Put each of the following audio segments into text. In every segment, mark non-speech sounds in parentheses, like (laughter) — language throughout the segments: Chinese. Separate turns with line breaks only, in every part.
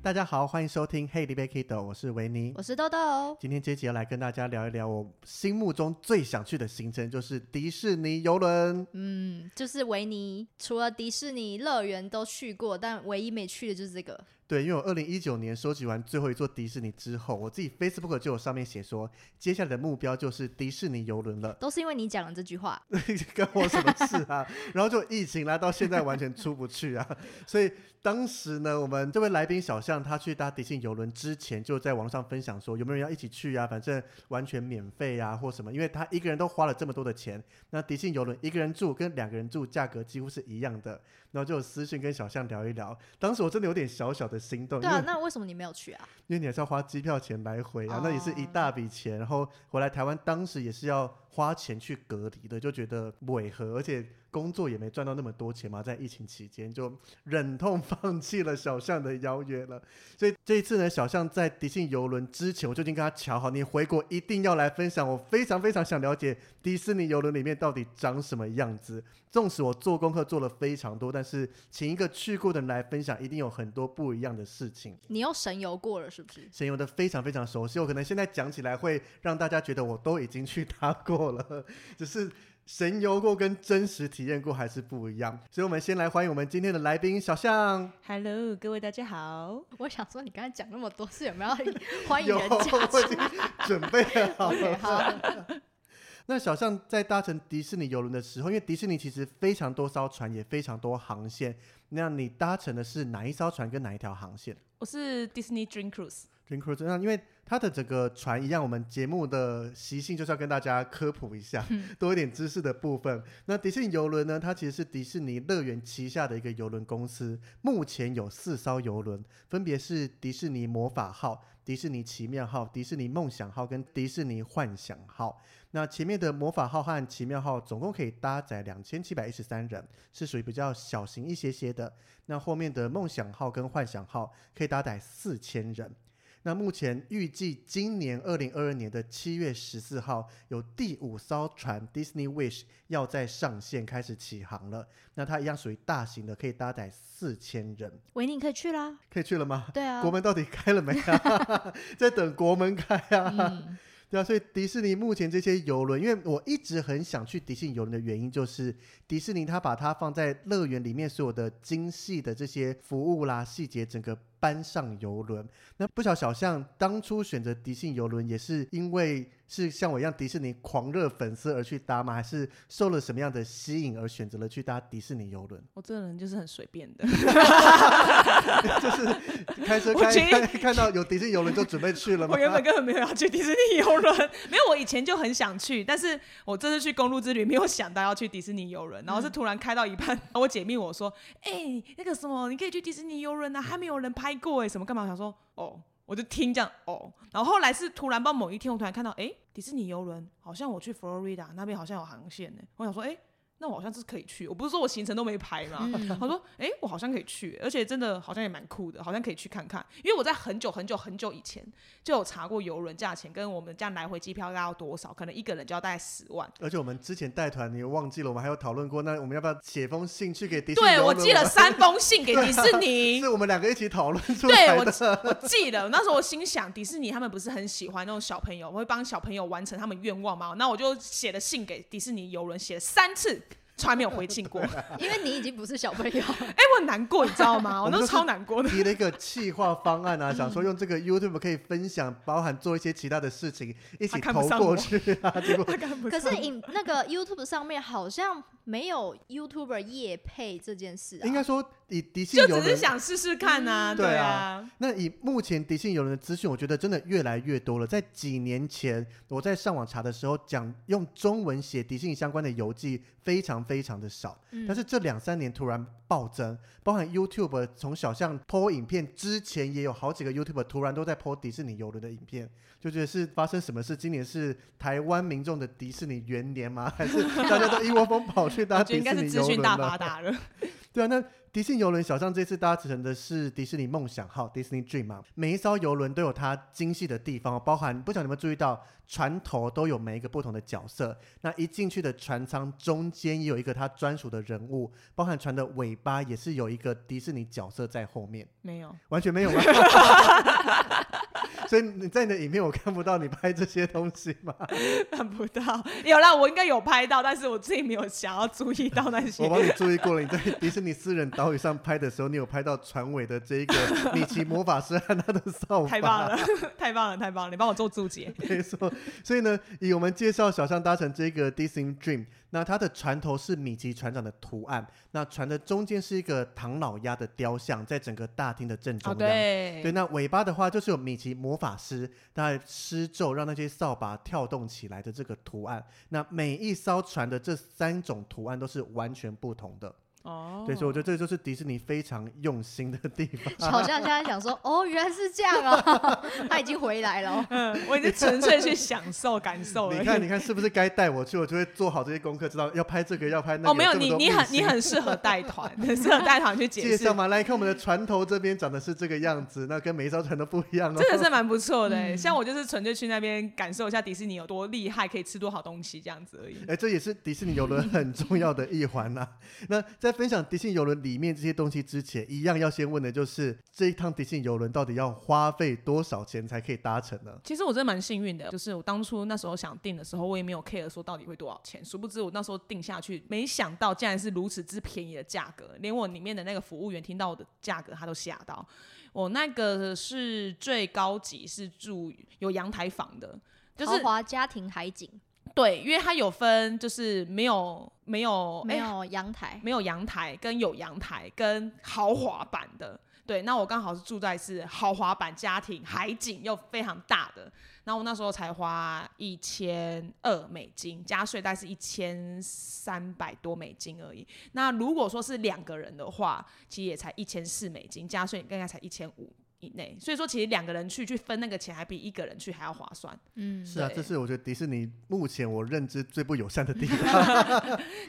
大家好，欢迎收听《Hey, l i b e Kiddo》，我是维尼
我。是豆豆。
今天这集要来跟大家聊一聊我心目中最想去的行程，就是迪士尼游轮。
嗯，就是维尼，除了迪士尼乐园都去过，但唯一没去的就是这个。
对，因为我二零一九年收集完最后一座迪士尼之后，我自己 Facebook 就有上面写说，接下来的目标就是迪士尼游轮了。 (laughs)
都是因为你讲了这句话，
跟我什么事啊？ (laughs) 然后就疫情啦，到现在完全出不去啊。所以当时呢，我们这位来宾小象他去搭迪士尼游轮之前，就在网络上分享说，有没有人要一起去啊？反正完全免费啊，或什么，因为他一个人都花了这么多的钱。那迪士尼游轮一个人住跟两个人住价格几乎是一样的。然后就有私讯跟小象聊一聊，当时我真的有点小小的心动，
对
因为
啊，那为什么你没有去啊？
因为你还是要花机票钱来回啊，
哦
那也是一大笔钱。然后回来台湾，当时也是要花钱去隔离的，就觉得违和，而且工作也没赚到那么多钱嘛，在疫情期间就忍痛放弃了小象的邀约了。所以这一次呢，小象在迪信游轮之前，我就已经跟他瞧好，你回国一定要来分享，我非常非常想了解迪士尼游轮里面到底长什么样子。纵使我做功课做了非常多，但是请一个去过的人来分享，一定有很多不一样的事情。
你又神游过了是不是？
神游的非常非常熟悉，我可能现在讲起来会让大家觉得我都已经去搭过了， (laughs) 只是神游过跟真实体验过还是不一样。所以，我们先来欢迎我们今天的来宾小象。
Hello，各位大家好。
(laughs) 我想说，你刚才讲那么多是有 (laughs) 没有要欢迎
有，
人家
我已
去
经准备好
OK，
了。 (laughs)
好，
那小象在搭乘迪士尼游轮的时候，因为迪士尼其实非常多艘船，也非常多航线。那你搭乘的是哪一艘船跟哪一条航线
我是 Disney Dream Cruise。
？Dream Cruise，那因为它的整个船一样，我们节目的习性就是要跟大家科普一下。 (laughs) 多一点知识的部分。那迪士尼游轮呢？它其实是迪士尼乐园旗下的一个游轮公司，目前有四艘游轮，分别是迪士尼魔法号、迪士尼奇妙号、迪士尼梦想号跟迪士尼幻想号。那前面的魔法号和奇妙号总共可以搭载两千七百一十三人，是属于比较小型一些些的。那后面的梦想号跟幻想号可以搭载四千人。那目前预计今年二零二二年的七月十四号，有第五艘船 Disney Wish 要在上线开始起航了。那它一样属于大型的，可以搭载四千人，
维尼你可以去啦。
可以去了吗？
对啊
国，门到底开了没啊？ (laughs) 在等国门开啊。
嗯，
对啊，所以迪士尼目前这些游轮，因为我一直很想去迪士尼游轮的原因，就是迪士尼它把它放在乐园里面所有的精细的这些服务啦、细节，整个搬上游轮。那不晓小象当初选择迪士尼游轮，也是因为是像我一样迪士尼狂热粉丝而去搭吗？还是受了什么样的吸引而选择了去搭迪士尼游轮？
我这个人就是很随便的，
就是开车
我
开
觉
开
得
看到有迪士尼游轮就准备去了吗？
我原本根本没有要去迪士尼游轮，没有，我以前就很想去，但是我这次去公路之旅没有想到要去迪士尼游轮，然后是突然开到一半，然后我姐妹我说，哎、那个什么，你可以去迪士尼游轮啊，还没有人拍过哎、什么干嘛？我想说哦。我就听这样哦，然后后来是突然到某一天，我突然看到，哎、迪士尼游轮好像我去佛罗里达那边好像有航线呢、我想说，哎、那我好像是可以去。我不是说我行程都没排嘛，
嗯
他说：“哎、我好像可以去，而且真的好像也蛮酷的，好像可以去看看。因为我在很久很久很久以前就有查过游轮价钱，跟我们这样来回机票大概要多少，可能一个人就要大概十万。
而且我们之前带团，你忘记了，我们还有讨论过，那我们要不要写封信去给迪士尼？
(laughs) 对，我寄了，三封信给迪士 (laughs) 尼
是。我们两个一起讨论出
对
来
我
的。
我记得那时候我心想，迪士尼他们不是很喜欢那种小朋友，会帮小朋友完成他们愿望嘛？那我就写了信给迪士尼游轮，写了三次，从来没有回信 (laughs) 过。哎、
因为你已经不是小朋 (laughs) 友了。
我很难过，你知道 (laughs) 吗？我
我们
那时
都
候
是
超难过的。
提了一个企划方案啊，想说用这个 YouTube 可以分享，包含做一些其他的事情，一起
他看不
投
上
过
我
去啊。结果
他看不
可
(laughs)
是
上
影那个 YouTube 上面好像没有 YouTuber 夜配这件事
应
啊。
该说以迪信
就
有
只是
人，
想试试看啊，
嗯
对
啊，
那以目前迪信有人的资讯，我觉得真的越来越多了。在几年前，我在上网查的时候，讲用中文写迪信相关的游记非常非常的少。
嗯
但是这两三年突然暴增，包含 YouTube 从小象 PO 影片之前，也有好几个 YouTube 突然都在 PO 迪士尼游轮的影片，就觉得是发生什么事？今年是台湾民众的迪士尼元年吗？还是大家都一窝蜂跑去搭
我
迪
觉得哦应该
士
是
尼
资
游
讯
轮
大发
了？
达了。
对啊，那迪士尼游轮小象这次搭乘的是迪士尼梦想号 （Disney Dream） 嘛，每一艘游轮都有它精细的地方哦，包含不晓得你们注意到，船头都有每一个不同的角色，那一进去的船舱中间也有一个它专属的人物，包含船的尾巴也是有一个迪士尼角色在后面，
(laughs) 没有，
完全没有吗？ (laughs) 所以你在你的影片我看不到你拍这些东西嘛，
办不到。 (laughs) 有啦，我应该有拍到，但是我自己没有想要注意到那
(laughs)
些
我。帮你注意过了，你在迪士尼私人岛屿上拍的时候，你有拍到船尾的这一个 (laughs) 米奇魔法师和他的扫把，
太棒了， (laughs) 太棒了，太棒了！你帮我做注解。
(laughs) 没错，所以呢，以我们介绍小象搭乘这个 Disney Dream，那它的船头是米奇船长的图案，那船的中间是一个唐老鸭的雕像，在整个大厅的正中
哦，
央。
对
对，，那尾巴的话就是有米奇魔法师，那施咒让那些扫把跳动起来的这个图案。那每一艘船的这三种图案都是完全不同的。
哦，
对，所以我觉得这就是迪士尼非常用心的地方。
小象现在想说，哦，原来是这样 (laughs) 啊，他已经回来了哦。
嗯，我已经纯粹去享受、感受了。
你看，你看，是不是该带我去？我就会做好这些功课，知道要拍这个，要拍那个。
哦，没有
这么
你，
多
你
秘
很
辛
你很适合带团， (laughs) 很适合带团去
介
解释
绍，嘛？来看我们的船头这边长的是这个样子，那跟每一艘船都不一样哦。
真的是蛮不错的欸。
嗯
像我就是纯粹去那边感受一下迪士尼有多厉害，可以吃多好东西这样子而已。
(laughs) 哎，这也是迪士尼游轮很重要的一环呐、 (laughs) 那在分享迪士尼游轮里面这些东西之前，一样要先问的就是，这一趟迪士尼游轮到底要花费多少钱才可以搭乘呢？
其实我真的蛮幸运的，就是我当初那时候想定的时候，我也没有 care 说到底会多少钱。殊不知我那时候定下去，没想到竟然是如此之便宜的价格，连我里面的那个服务员听到我的价格，他都吓到。我那个是最高级，是住有阳台房的，就
豪
是
华家庭海景，
对，因为它有分，就是没有没有
没
哎
有阳台，
没有阳台，跟有阳台，跟豪华版的。对，那我刚好是住在是豪华版家庭，海景又非常大的。然后我那时候才花一千二美金，加税大概是一千三百多美金而已。那如果说是两个人的话，其实也才一千四美金，加税应该才一千五以内。所以说，其实两个人去去分那个钱，还比一个人去还要划算。
嗯，
是啊，
对
这是我觉得迪士尼目前我认知最不友善的地方。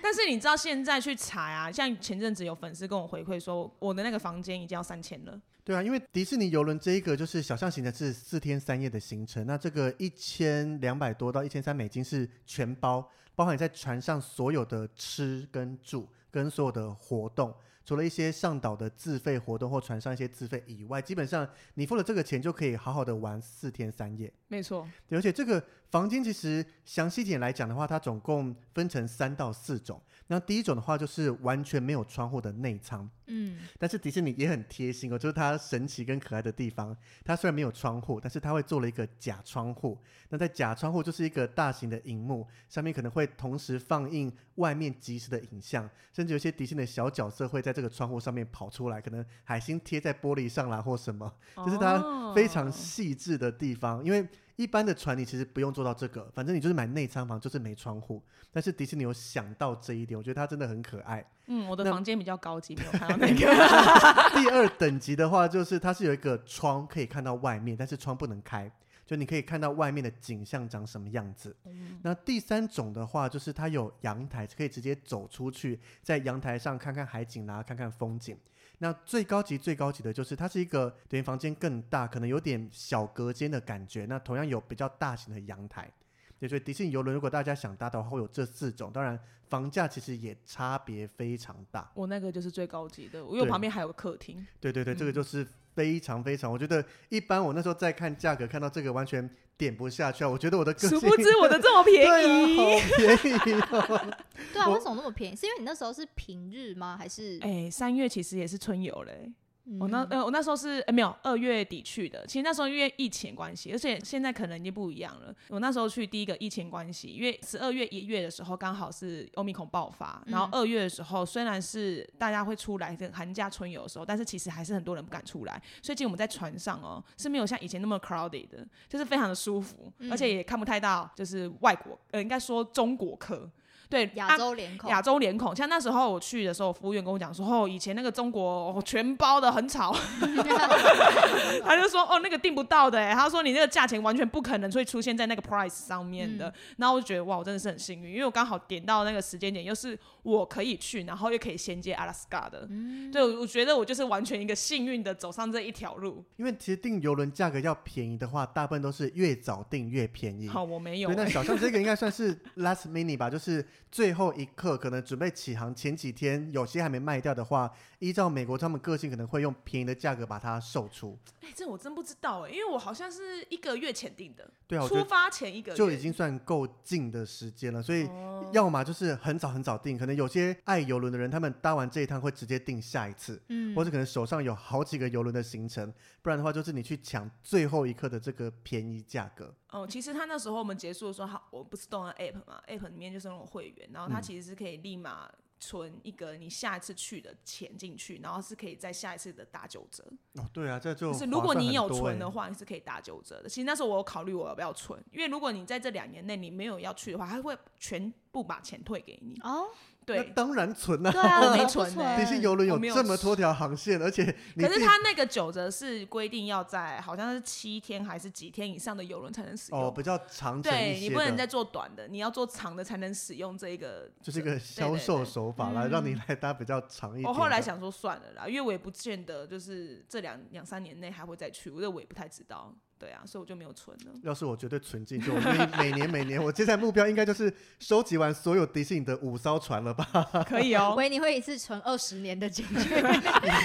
但是你知道现在去查啊，像前阵子有粉丝跟我回馈说，我的那个房间已经要三千了。
对啊，因为迪士尼游轮这一个就是小象行程是四天三夜的行程，那这个一千两百多到一千三美金是全包，包含你在船上所有的吃跟住跟所有的活动，除了一些上岛的自费活动或船上一些自费以外，基本上你付了这个钱就可以好好的玩四天三夜。
没错，
对而且这个房间其实详细一点来讲的话，它总共分成三到四种。那第一种的话就是完全没有窗户的内舱。
嗯，
但是迪士尼也很贴心哦，就是它神奇跟可爱的地方，它虽然没有窗户，但是它会做了一个假窗户。那在假窗户就是一个大型的荧幕，上面可能会同时放映外面即时的影像，甚至有些迪士尼的小角色会在这个窗户上面跑出来，可能海星贴在玻璃上啦或什么，就是它非常
哦
细致的地方，因为。一般的船你其实不用做到这个，反正你就是买内舱房，就是没窗户。但是迪士尼有想到这一点，我觉得它真的很可爱。
嗯，我的
那
房间比较高级，没有看 (laughs) 到那个。
(laughs) 第二等级的话，就是它是有一个窗可以看到外面，但是窗不能开，就你可以看到外面的景象长什么样子。
嗯
那第三种的话，就是它有阳台，可以直接走出去，在阳台上看看海景啦、看看风景。那最高级、最高级的就是它是一个等于房间更大，可能有点小隔间的感觉。那同样有比较大型的阳台。对，所以迪士尼游轮如果大家想搭的话，会有这四种。当然，房价其实也差别非常大。
我那个就是最高级的，因为我
对
旁边还有个客厅，
对对对，这个
嗯
就是非常非常，我觉得一般我那时候在看价格，看到这个完全点不下去啊。我觉得我的个性
殊不知我
(laughs)
的这么便 (laughs)
对
宜。
啊，好便宜、哦。 (laughs)
对啊，
我
为什么那么便宜？是因为你那时候是平日吗？还是？
哎，三月其实也是春游嘞。
嗯
我那呃，我那时候是、呃、没有二月底去的。其实那时候因为疫情关系，而且现在可能已经不一样了。我那时候去第一个疫情关系，因为十二月一月的时候刚好是欧米孔爆发，然后
嗯
二月的时候虽然是大家会出来这个寒假春游的时候，但是其实还是很多人不敢出来。所以其实我们在船上哦是没有像以前那么 crowded 的，就是非常的舒服，
嗯
而且也看不太到就是外国呃应该说中国客。对
亚
啊
洲脸孔，
亚洲脸孔，像那时候我去的时候，服务员跟我讲说，哦，以前那个中国、哦全包的很吵， (laughs) 他就说，哦，那个订不到的欸，他说你那个价钱完全不可能会出现在那个 price 上面的。然后我就觉得，哇，我真的是很幸运，因为我刚好点到那个时间点，又是我可以去，然后又可以衔接阿拉斯加的。对，我我觉得我就是完全一个幸运的走上这一条路。
因为其实订游轮价格要便宜的话，大部分都是越早订越便宜。
好，我没有
对，那
欸、
小象这个应该算
(laughs)
是 last mini 吧，就是最后一刻，可能准备起航前几天，有些还没卖掉的话，依照美国他们个性，可能会用便宜的价格把它售出。
哎、这我真不知道哎、因为我好像是一个月前订的，
对啊，我觉
出
得
发前一个月
就已经算够近的时间了，所以
哦
要么就是很早很早订，可能有些爱游轮的人，他们搭完这一趟会直接订下一次，
嗯
或者可能手上有好几个游轮的行程，不然的话就是你去抢最后一刻的这个便宜价格。
哦，其实他那时候我们结束的时候，好，我不是动了 app 嘛，app 里面就是那种会员，然后他
嗯
其实是可以立马存一个你下一次去的钱进去，然后是可以在下一次的打九折。
哦，对啊，这就
就是如果你有存的
话，
话，你是可以打九折的。其实那时候我有考虑我要不要存，因为如果你在这两年内你没有要去的话，他会全部把钱退给你。 (laughs)
哦，
那
对，
当然存啊。
对啊，
我没
怎么不
存欸
迪士尼游轮
我
有
没有
这么多条航线，而且你
可
自
是
己
他那个九折是规定要在好像是七天还是几天以上的游轮才能使用。
哦比较长程
对
一
你
些
不能再
的，
做短的，你要做长的才能使用这一个
就
折，
是一个销
对
售
对
手法啦，
嗯
让你来搭比较长一点的。
我后来想说算了啦，因为我也不见得就是这两两三年内还会再去，我这我也不太知道，对啊，所以我就没有存了。
(laughs) 要是我绝对纯净，就我愿意每 (laughs) 年每年，我接下来目标应该就是收集完所有迪士尼的五艘船了吧？ (laughs)
可以哦，
维尼会一次存二十年的进去，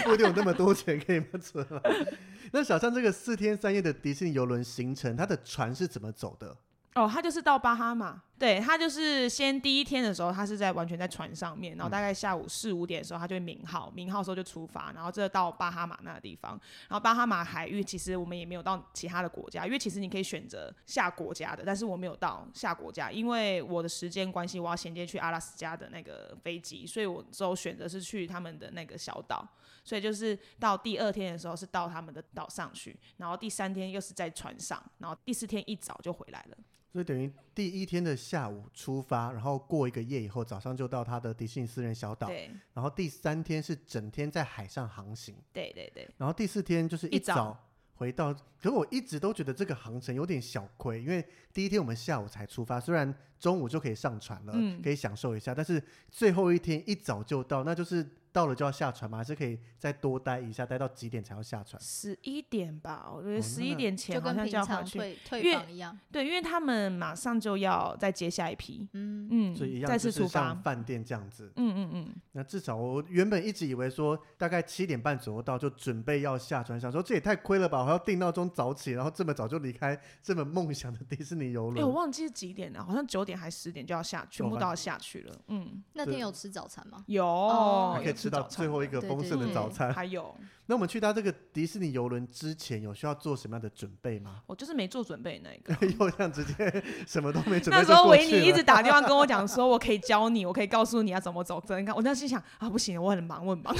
不一定有那么多钱可以满足了。 (laughs) 那小象这个四天三夜的迪士尼游轮行程，它的船是怎么走的？
哦，他就是到巴哈马，对他就是先第一天的时候，他是在完全在船上面，然后大概下午四五点的时候，他就会鸣号，鸣号的时候就出发，然后这到巴哈马那个地方，然后巴哈马海域其实我们也没有到其他的国家，因为其实你可以选择下国家的，但是我没有到下国家，因为我的时间关系，我要衔接去阿拉斯加的那个飞机，所以我之后选择是去他们的那个小岛，所以就是到第二天的时候是到他们的岛上去，然后第三天又是在船上，然后第四天一早就回来了。
所以等于第一天的下午出发，然后过一个夜以后，早上就到它的迪士尼私人小岛，
对
然后第三天是整天在海上航行，
对对对，
然后第四天就是一
一早
早回到。可是我一直都觉得这个航程有点小亏，因为第一天我们下午才出发，虽然中午就可以上船了，
嗯
可以享受一下，但是最后一天一早就到，那就是到了就要下船嘛，还是可以再多待一下，待到几点才要下船？
十一点吧，我觉
哦
得十
那
一
那
点
就
前好
跟
像
平
就要
常
回去。
退退
越
房一样。
对，因为他们马上就要再接下一批，
嗯，
嗯，
所以一
再
样就
次
是
出发
像，饭店这样子。
嗯嗯嗯，
那至少我原本一直以为说大概七点半左右到就准备要下船，想说这也太亏了吧，我还要定闹钟早起，然后这么早就离开这么梦想的迪士尼游
哎、我
轮。
忘记是几点了，好像九点还十点就要下，全
哦
部都要下去了。嗯，
那
对
天有吃早餐
(laughs)
吗？
有，
哦
还可以
有
吃到
早餐
最后一个
对
丰
对
盛的
对
早餐 (laughs)
嗯。还有，
那我们去到这个迪士尼游轮之前，有需要做什么样的准备吗？。
我就是没做准备那一个
又这样直接 (laughs) 什么都没准备
那
就
时候
过
维
去
尼一
了
直打电话跟我讲说，我可以教你，我可以告诉你要怎么走。真看，我那心想啊，不行，我很忙，我很
(laughs)
忙。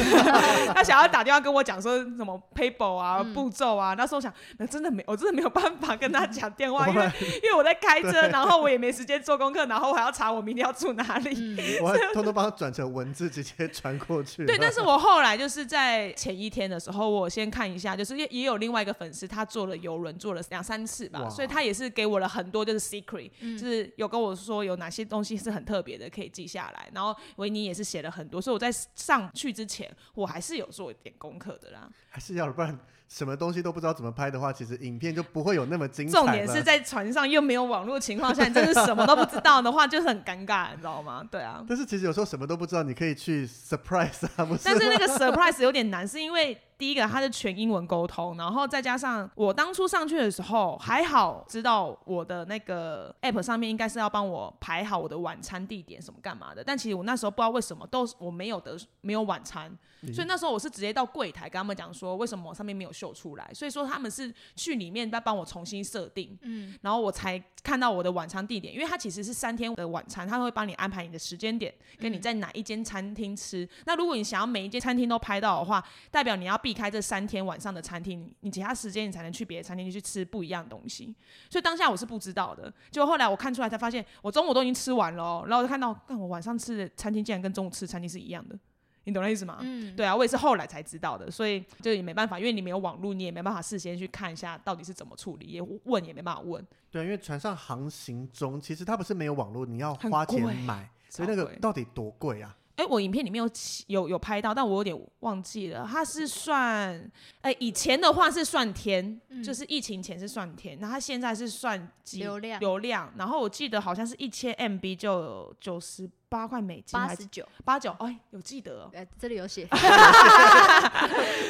他想要打电话跟我讲说什么 paper 啊、
嗯
步骤啊。那时候我想，那真的没，我真的没有办法跟他讲电话，
我
因
(laughs)
为
还
因为我在开车，然后我也没时间做功课，然后我还要查我明天要住哪里。
嗯，
我还偷偷帮他转成文字，直接传过去。
对，但是我后来就是在前一天的时候，我先看一下，就是也也有另外一个粉丝，他坐了游轮，坐了两三次
哇
吧，所以他也是给我了很多就是 secret，、
嗯
就是有跟我说有哪些东西是很特别的，可以记下来。然后维尼也是写了很多，所以我在上去之前，我还是有做一点功课的啦。
还是要，不然什么东西都不知道怎么拍的话，其实影片就不会有那么精彩了。
重点是在船上又没有网络情况下，你真是什么都不知道的话，就是很尴尬，你知道吗？对啊。
但是其实有时候什么都不知道，你可以去 surprise 啊，不是？
但是那个 surprise 有点难，是因为第一个它是全英文沟通，然后再加上我当初上去的时候还好知道我的那个 app 上面应该是要帮我排好我的晚餐地点什么干嘛的，但其实我那时候不知道为什么都我没有得没有晚餐，
嗯
所以那时候我是直接到柜台跟他们讲说为什么我上面没有秀出来，所以说他们是去里面再帮我重新设定，
嗯，
然后我才看到我的晚餐地点，因为它其实是三天的晚餐，它会帮你安排你的时间点，跟你在哪一间餐厅吃。那如果你想要每一间餐厅都拍到的话，代表你要避开这三天晚上的餐厅，你其他时间你才能去别的餐厅去吃不一样的东西。所以当下我是不知道的，就后来我看出来才发现，我中午都已经吃完了哦、然后我就看到，看我晚上吃的餐厅竟然跟中午吃的餐厅是一样的，你懂那意思吗？
嗯，
(laughs) 对啊，我也是后来才知道的，所以就也没办法，因为你没有网络，你也没办法事先去看一下到底是怎么处理，也问也没办法问。
(laughs) 对，啊因为船上航行中，其实它不是没有网络，你要
很
花钱
贵
买，所
超
以那个
贵
到底多贵啊？ (laughs)
哎、我影片里面有起有有拍到，但我有点忘记了，它是算，哎、以前的话是算天，
嗯
就是疫情前是算天，那它现在是算几
流量
流量，然后我记得好像是一千 MB 就有九十八块美金，
八
还
十
是
九，
八九，哎，有记得哦、
呃，这里有
(laughs)
写，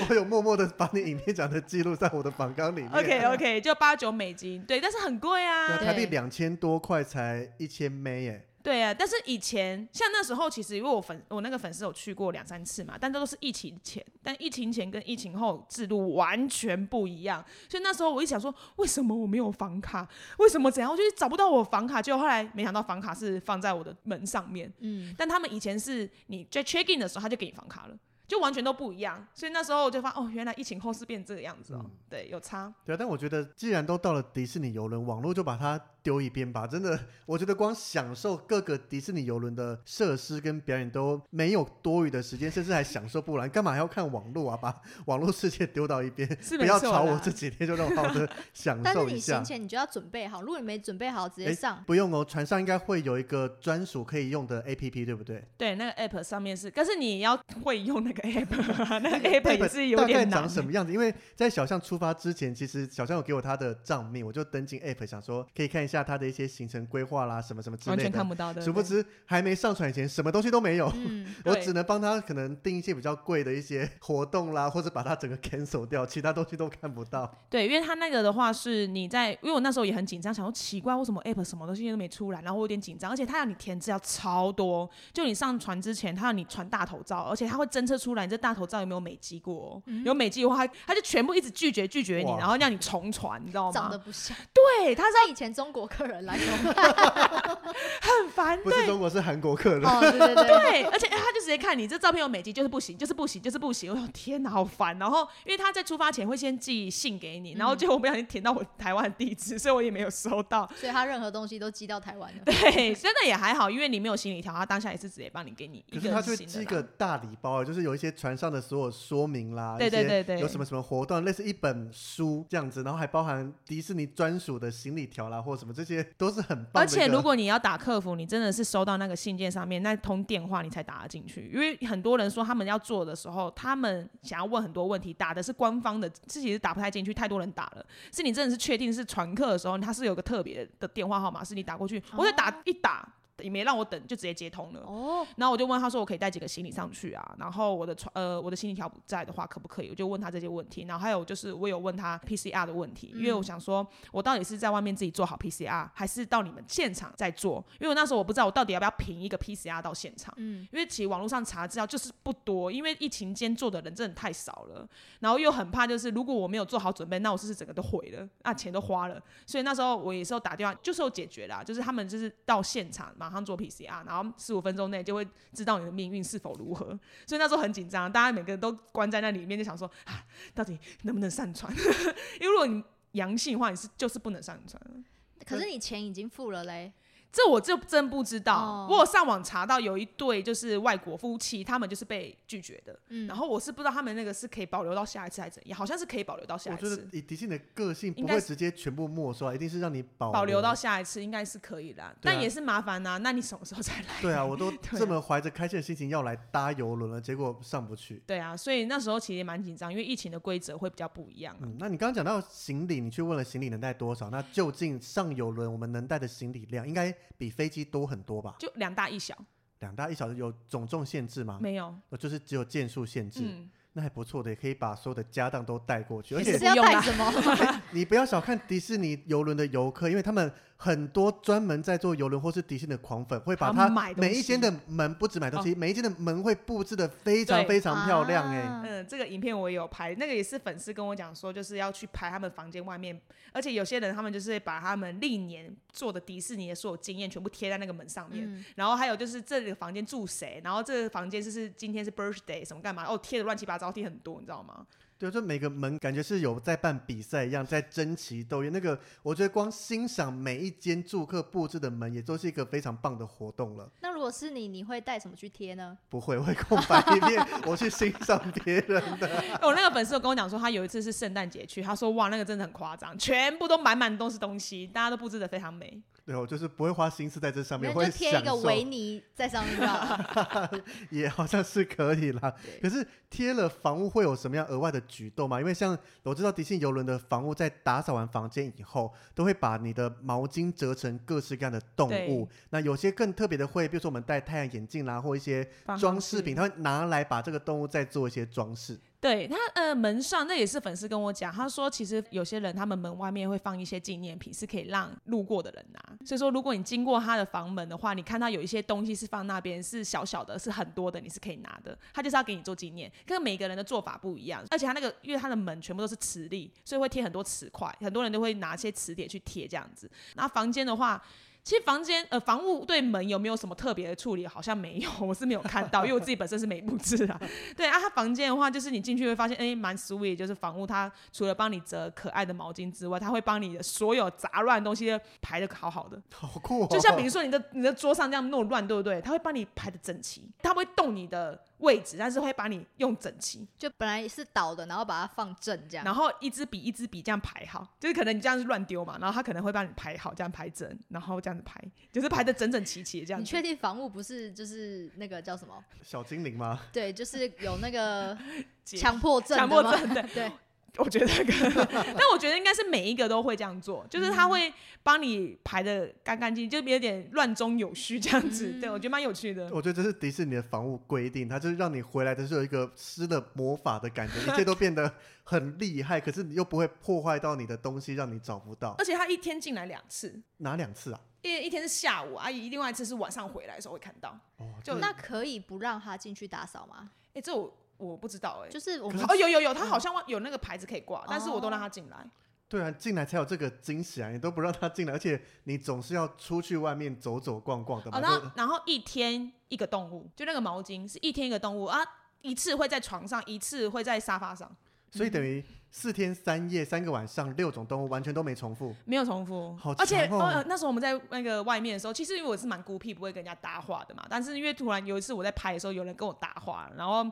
我有默默的把你影片讲的记录在我的访纲里面。
OK OK，就八九美金，对，但是很贵啊，
对啊，台币
对
两千多块才一千美耶，
对啊，但是以前像那时候，其实因为我粉我那个粉丝有去过两三次嘛，但这都是疫情前，但疫情前跟疫情后制度完全不一样，所以那时候我一想说，为什么我没有房卡？为什么怎样？我就是找不到我房卡，结果后来没想到房卡是放在我的门上面，
嗯，
但他们以前是你在 check in 的时候他就给你房卡了，就完全都不一样，所以那时候我就发哦，原来疫情后是变这个样子哦，
嗯
对，有差，
对啊，但我觉得既然都到了迪士尼游轮，网络就把它丢一边吧。真的，我觉得光享受各个迪士尼游轮的设施跟表演都没有多余的时间，甚至还享受不来，干嘛还要看网络啊？把网络世界丢到一边，
是
不
没
要
错
吵我
啦
这几天，就让我好好的享
但是
受
你
一
行
下。
前你就要准备好，如果你没准备好，直接
诶
上，
不用哦，船上应该会有一个专属可以用的 APP，对不对？
对，那个 app 上面是，但是你也要会
(laughs)
用那个 app，、啊、那个 app 也是有
大概
点难
长。什么样子？因为在小象出发之前，其实小象有给我他的账密，我就登进 App 想说可以看一下他的一些行程规划啦，什么什么之
完
类
全看
的。
不到的。
殊不
对
知还没上传以前，什么东西都没有。
嗯，
(laughs) 我
对
只能帮他可能定一些比较贵的一些 (laughs) 活动啦，或者把它整个 cancel 掉，其他东西都看不到。
对，因为他那个的话是你在，因为我那时候也很紧张，想说奇怪为什么 app 什么东西都没出来，然后我有点紧张，而且他要你填资料超多，就你上船之前他要你传大头照，而且他会侦测出来你这大头照有没有美肌过哦、有美肌的话，他他就全部一直拒绝拒绝你，
嗯哇
然后让你重传，你知道
长得
吗？
不像，
对，他是
那以前中国客人来怎
(laughs)
么办？
很烦，
不是中国，是韩国客人。
哦，对对对，
对，而且哎他就直接看你这照片有美肌，就是不行，就是不行，就是不行。我说天哪，好烦。然后因为他在出发前会先寄信给
嗯
你，然后结果我不小心填到我台湾地址，所以我也没有收
(laughs)
到。
所以他任何东西都寄到台湾了。 (laughs)
对，真的也还好，因为你没有行李条，他当下也是直接帮你给你一
可
个
是他就
新
会
的
寄一
啦
个大礼包啊，就是有一些船上的所有说明啦，
对
一些
对对对
有什么什么活动，类似一本书这样子，然后还包含迪士尼专属的行李条啦，或什么，这些都是很棒
而
的一个。
且如果你要打客服，你真的是收到那个信件上面那通电话，你才打得进去。因为很多人说他们要做的时候，他们想要问很多问题，打的是官方的，自己是打不太进去，太多人打了。是你真的是确定是传客的时候，他是有个特别的电话号码，是你打过去，我再打一打也没让我等，就直接接通了。
哦，
然后我就问他说，我可以带几个行李上去啊？然后我的船呃我的行李条不在的话，可不可以？我就问他这些问题。然后还有就是我有问他 PCR 的问题，因为我想说我到底是在外面自己做好 PCR，还是到你们现场再做？因为我那时候我不知道我到底要不要凭一个 PCR 到现场。
嗯，
因为其实网络上查资料就是不多，因为疫情间做的人真的太少了，然后又很怕就是如果我没有做好准备，那我是不是整个都毁了？啊，钱都花了，所以那时候我也是有打电话，就是有解决啦，就是他们就是到现场马上做 PCR，然后十五分钟内就会知道你的命运是否如何，所以那时候很紧张，大家每个人都关在那里面，就想说啊，到底能不能上传？ (laughs) 因为如果你阳性的话，你是就是不能上传。
可是你钱已经付了嘞，
这我就真不知道。
哦
我有上网查到有一对就是外国夫妻，他们就是被拒绝的。
嗯
然后我是不知道他们那个是可以保留到下一次还是怎样，好像是可以保留到下
我
一
觉得
次，
以迪士尼的个性不
应该
会
是
直接全部没收啊，一定是让你保
保留到。下一次应该是可以啦。
对啊
但也是麻烦呐、那你什么时候再来？
对啊，我都
(laughs) 对啊
这么怀着开心的心情要来搭游轮了，结果上不去。
对啊，所以那时候其实蛮紧张，因为疫情的规则会比较不一样啊、
嗯，那你刚刚讲到行李，你去问了行李能带多少？那究竟上游轮我们能带的行李量应该比飞机多很多吧？
就两大一小，
两大一小有总重限制吗？
没有。
呃就是只有件数限制，
嗯，
那还不错的，也可以把所有的家当都带过去。而
也
且
是要
不用
带
啦
什么？
(laughs)
你不要小看迪士尼游轮的游客，因为他们很多专门在做游轮或是迪士尼的狂粉，会把
他
它
买东西哦
每一间的门不止买东西，每一间的门会布置的非常
对
非常漂亮哎、
啊
嗯，这个影片我也有拍，那个也是粉丝跟我讲说，就是要去拍他们房间外面，而且有些人他们就是把他们历年做的迪士尼的所有经验全部贴在那个门上面，
嗯
然后还有就是这个房间住谁，然后这个房间就是今天是 birthday 什么干嘛，哦贴的乱七八糟，贴很多，你知道 (laughs) 吗？
对，就每个门感觉是有在办比赛一样，在争奇斗艳。那个我觉得光欣赏每一间住客布置的门，也都是一个非常棒的活动了。
那如果是你，你会带什么去贴呢？
不会，我会空白一片， (laughs) 我去欣赏别人的。
我、哦那个粉丝有跟我讲说，他有一次是圣诞节去，他说哇那个真的很夸张，全部都满满都是东西，大家都布置的非常美。
对，我就是不会花心思在这上
那
面，
你
我会
就贴
享
一个
受。
维尼在上面就好了。
也好像是可以啦。 (laughs) 可
对
是贴了房屋会有什么样额外的举动吗？因为像我知道迪信游轮的房屋在打扫完房间以后，都会把你的毛巾折成各式各样的动物
对。
那有些更特别的会，比如说我们戴太阳眼镜啦，或一些
放上
装饰品，
去
它会拿来把这个动物再做一些装饰。 (laughs)
对他呃门上那也是粉丝跟我讲，他说其实有些人他们门外面会放一些纪念品，是可以让路过的人拿。所以说如果你经过他的房门的话，你看到有一些东西是放那边是小小的，是很多的，你是可以拿的。他就是要给你做纪念，跟每个人的做法不一样。而且他那个因为他的门全部都是磁力，所以会贴很多磁块，很多人都会拿一些磁铁去贴这样子。那房间的话。其实房间呃房屋对门有没有什么特别的处理？好像没有，我是没有看到，因为我自己本身是没布置啊。对啊，他房间的话，就是你进去会发现，哎、蛮 sweet，就是房屋它除了帮你折可爱的毛巾之外，它会帮你的所有杂乱的东西排的好好的。
好酷、哦！
就像比如说你的你的桌上这样弄乱，对不对？它会帮你排的整齐，它不会动你的位置，但是会把你用整齐，
就本来是倒的，然后把它放正这样。
然后一支笔一支笔这样排好，就是可能你这样是乱丢嘛，然后它可能会帮你排好，这样排整，然后这样子排，就是排的整整齐齐的这样
你
子。
确定房屋不是就是那个叫什
(laughs)
么？
小精灵吗？
对，就是有那个
姐
强迫症的
强
吗？
迫症对。
(laughs)
(laughs)
对，
我觉得可能， (laughs) 但我觉得应该是每一个都会这样做，就是他会帮你排的干干净净，就有点乱中有序这样子。
嗯
对我觉得蛮有趣的。
我觉得这是迪士尼的房屋规定，它就是让你回来的时候有一个施了魔法的感觉， (laughs) 一切都变得很厉害，可是你又不会破坏到你的东西，让你找不到。
而且他一天进来两次，
哪两次啊？
一一天是下午，阿姨另外一次是晚上回来的时候会看到。
(laughs) 哦，
就
那可以不让他进去打扫吗？
哎、这我我不知道哎、
就是我们
哦，有有有，他好像有那个牌子可以挂，但是我都让他进来。
对啊，进来才有这个惊喜啊！你都不让他进来，而且你总是要出去外面走走逛逛的嘛。
哦，
就
然后然后一天一个动物，就那个毛巾是一天一个动物啊，一次会在床上，一次会在沙发上，
所以等于四天三夜、三个晚上、六种动物完全都没重复。
没有重复，
好
而且
强哦
呃那时候我们在那个外面的时候，其实因为我是蛮孤僻，不会跟人家搭话的嘛。但是因为突然有一次我在拍的时候，有人跟我搭话，然后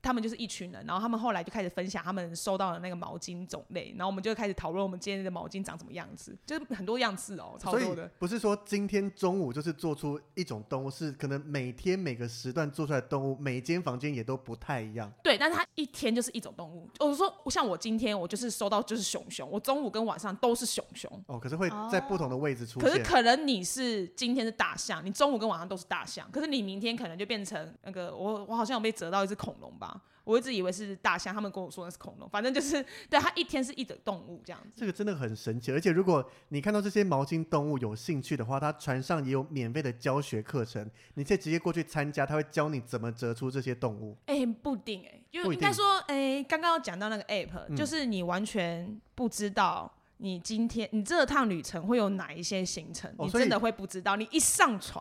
他们就是一群人，然后他们后来就开始分享他们收到的那个毛巾种类，然后我们就开始讨论我们今天的毛巾长什么样子，就是很多样式哦，超
所以
多的。
不是说今天中午就是做出一种动物，是可能每天每个时段做出来的动物，每间房间也都不太一样。
对，但是它一天就是一种动物。我说像我今天我就是收到就是熊熊，我中午跟晚上都是熊熊。
哦，可是会在不同的位置出
可是
现。
可能你是今天是大象，你中午跟晚上都是大象，可是你明天可能就变成那个我我好像有被折到一只恐龙吧，我一直以为是大象，他们跟我说那是恐龙，反正就是对它一天是一种动物这样子。
这个真的很神奇，而且如果你看到这些毛巾动物有兴趣的话，它船上也有免费的教学课程，你可以直接过去参加，它会教你怎么折出这些动物。
哎、不一定哎、就
不一
应该
定
说哎，刚刚有讲到那个 app，、
嗯
就是你完全不知道。你今天你这趟旅程会有哪一些行程？
哦
你
所以
真的会不知道。你一上船，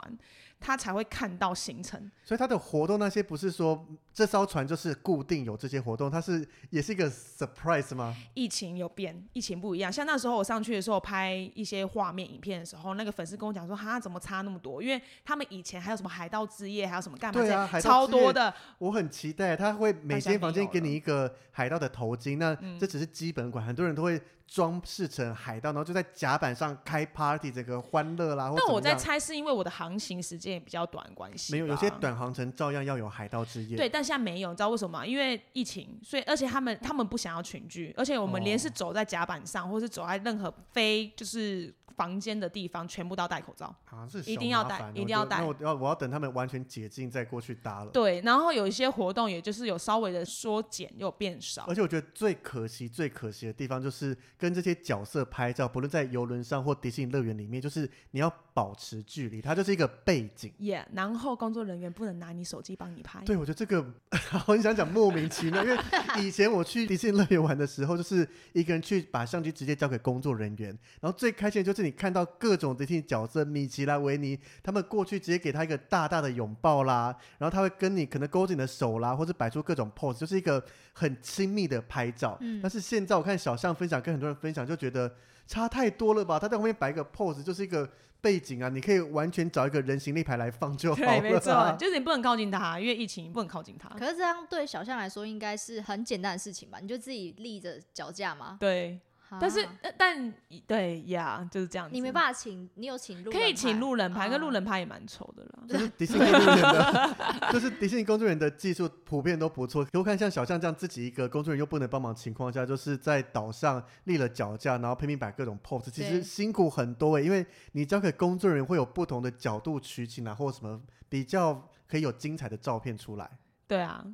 他才会看到行程。
所以它的活动那些不是说这艘船就是固定有这些活动，它是也是一个 surprise 吗？
疫情有变，疫情不一样。像那时候我上去的时候拍一些画面、影片的时候，那个粉丝跟我讲说：“哈，怎么差那么多？”因为他们以前还有什么海盗之夜，还有什么干嘛
对
这
啊
样，
海盗
超
之夜
多的。
我很期待，他会每间房间给你一个海盗的头巾，那
嗯
这只是基本款，很多人都会装饰成海盗，然后就在甲板上开 party，整个欢乐啦。或
但我
怎么
在
样
猜，是因为我的航行时间也比较短关系吧。
没有，有些短航程照样要有海盗之夜。
对，，但现在没有，你知道为什么吗？因为疫情，所以而且他们他们不想要群聚，而且我们连是走在甲板上，或是走在任何非就是房间的地方，全部都要戴口罩。
啊，这
一定要带一定要带
那我要我要等他们完全解禁再过去搭了。
对，然后有一些活动，也就是有稍微的缩减，又变少
而。且我觉得最可惜、最可惜的地方就是跟这些角色拍照，不论在游轮上或迪士尼乐园里面，就是你要保持距离，它就是一个背景。
也、然后工作人员不能拿你手机帮你拍。 (laughs)
对，我觉得这个 (laughs) 我很想讲莫名其妙，因为以前我去迪士尼乐园玩的时候，就是一个人去把相机直接交给工作人员，然后最开心的就是你看到各种迪士尼角色，米奇啦、维尼，他们过去直接给他一个大大的拥抱啦，然后他会跟你可能勾着你的手啦，或者摆出各种 pose，就是一个很亲密的拍照。
嗯
但是现在我看小象分享跟很多人分享，就觉得差太多了吧？他在后面摆一个 pose 就是一个。背景啊，你可以完全找一个人形立牌来放就好了、
对，
啊。
没错，就是你不能靠近他，因为疫情你不能靠近他。
可是这样对小象来说应该是很简单的事情吧？你就自己立着脚架嘛。
对，但是、
啊
呃但对呀，就是这样子。
你没办法请，你有请路人
可以请
拍
路人拍，
啊
跟路人拍也蛮丑的啦。
(laughs) 就是迪士尼工作人员的，就是迪士尼工作人员的技术普遍都不错。我看像小象这样自己一个工作人员又不能帮忙的情况下，就是在岛上立了脚架，然后拼命摆各种 pose，其实
对
辛苦很多欸诶、因为你交给工作人员会有不同的角度取景啊，或什么比较可以有精彩的照片出来。
对啊，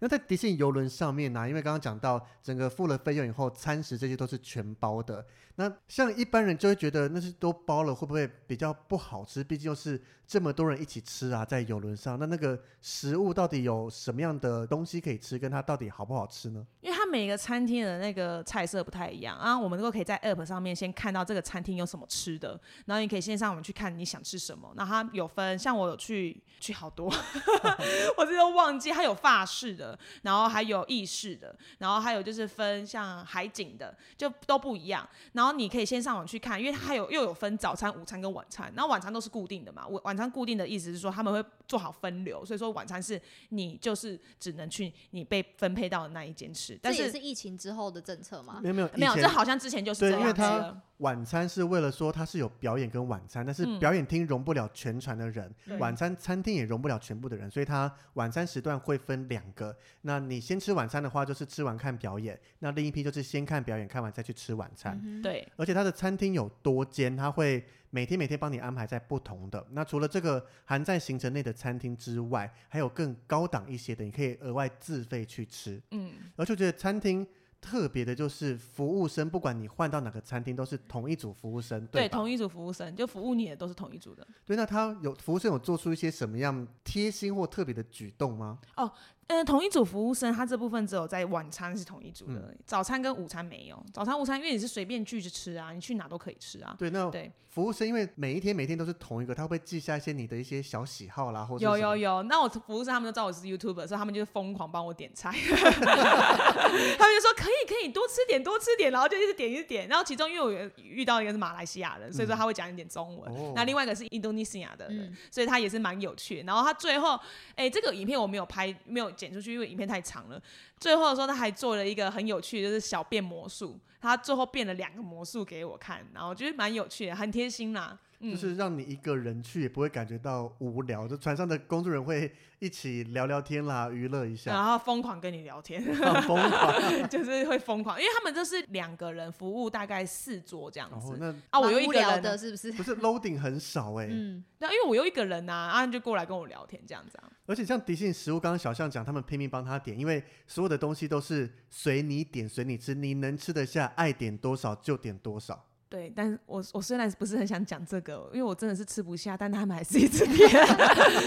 那在迪士尼游轮上面啊呢、因为刚刚讲到整个付了费用以后，餐食这些都是全包的。那像一般人就会觉得那是都包了，会不会比较不好吃？毕竟又是这么多人一起吃啊，在游轮上，那那个食物到底有什么样的东西可以吃，跟它到底好不好吃呢？
因为它每个餐厅的那个菜色不太一样啊，我们都可以在 App 上面先看到这个餐厅有什么吃的，然后你可以先上网去看你想吃什么。那它有分，像我有去去
(laughs)
好多，我这都忘记，它有法式的，然后还有意式的，然后还有就是分像海景的，就都不一样。然后你可以先上网去看，因为它有又有分早餐、午餐跟晚餐，然后晚餐都是固定的嘛。晚晚餐固定的意思是说他们会做好分流，所以说晚餐是你就是只能去你被分配到的那一间吃，但
这也
是
是疫情之后的政策吗？
没有没有，
啊没有，
以前
这好像之前就是
对
这
因为
样子
它
了。
晚餐是为了说它是有表演跟晚餐，但是
嗯
表演厅容不了全船的人，
对
晚餐餐厅也容不了全部的人，所以它晚餐时段会分两个。那你先吃晚餐的话，就是吃完看表演；那另一批就是先看表演，看完再去吃晚餐。
嗯哼，
对，
而且它的餐厅有多间，它会每天每天帮你安排在不同的。那除了这个含在行程内的餐厅之外，还有更高档一些的，你可以额外自费去吃。
嗯，
而且我觉得餐厅特别的就是服务生，不管你换到哪个餐厅，都是同一组服务生，
对，
吧
同一组服务生就服务你的都是同一组的。
对，那他有服务生有做出一些什么样贴心或特别的举动吗？
嗯，同一组服务生，他这部分只有在晚餐是同一组的，早餐跟午餐没有。早餐、午餐，因为你是随便去吃啊，你去哪都可以吃啊。
对，那
对，
服务生因为每一天每天都是同一个，他会不会记下一些你的一些小喜好啦，或者
有有有，那我服务生他们都知道我是 YouTuber，所以他们就是疯狂帮我点 (laughs) 菜，他们就说可以可以多吃点多吃点，然后就一直点一直点。然后其中因为我有遇到一个是马来西亚人，所以说他会讲一点中文，
哦
那另外一个是印度尼西亚的人，
嗯
所以他也是蛮有趣的。然后他最后，哎、这个影片我没有拍没有剪出去，因为影片太长了。最后的时候他还做了一个很有趣的，就是小变魔术，他最后变了两个魔术给我看，然后我觉得蛮有趣的，很贴心啦。嗯，
就是让你一个人去也不会感觉到无聊，就船上的工作人员会一起聊聊天啦，娱乐一下， (laughs)
然后疯狂跟你聊天，
很
(laughs)
疯狂。
就是会疯狂，因为他们这是两个人服务大概四桌这样
然后
子。
哦那
啊，我又
蛮
一
无
个
聊
人
的，
啊，
是不是？
不是 loading 很少哎、
嗯，
那因为我又一个人呐、啊，啊就过来跟我聊天这样子、啊。
而且像迪士尼食物，刚刚小象讲，他们拼命帮他点，因为所有的东西都是随你点随你吃，你能吃得下，爱点多少就点多少。
对，但是我我虽然不是很想讲这个，因为我真的是吃不下，但他们还是一直 (laughs) 骗，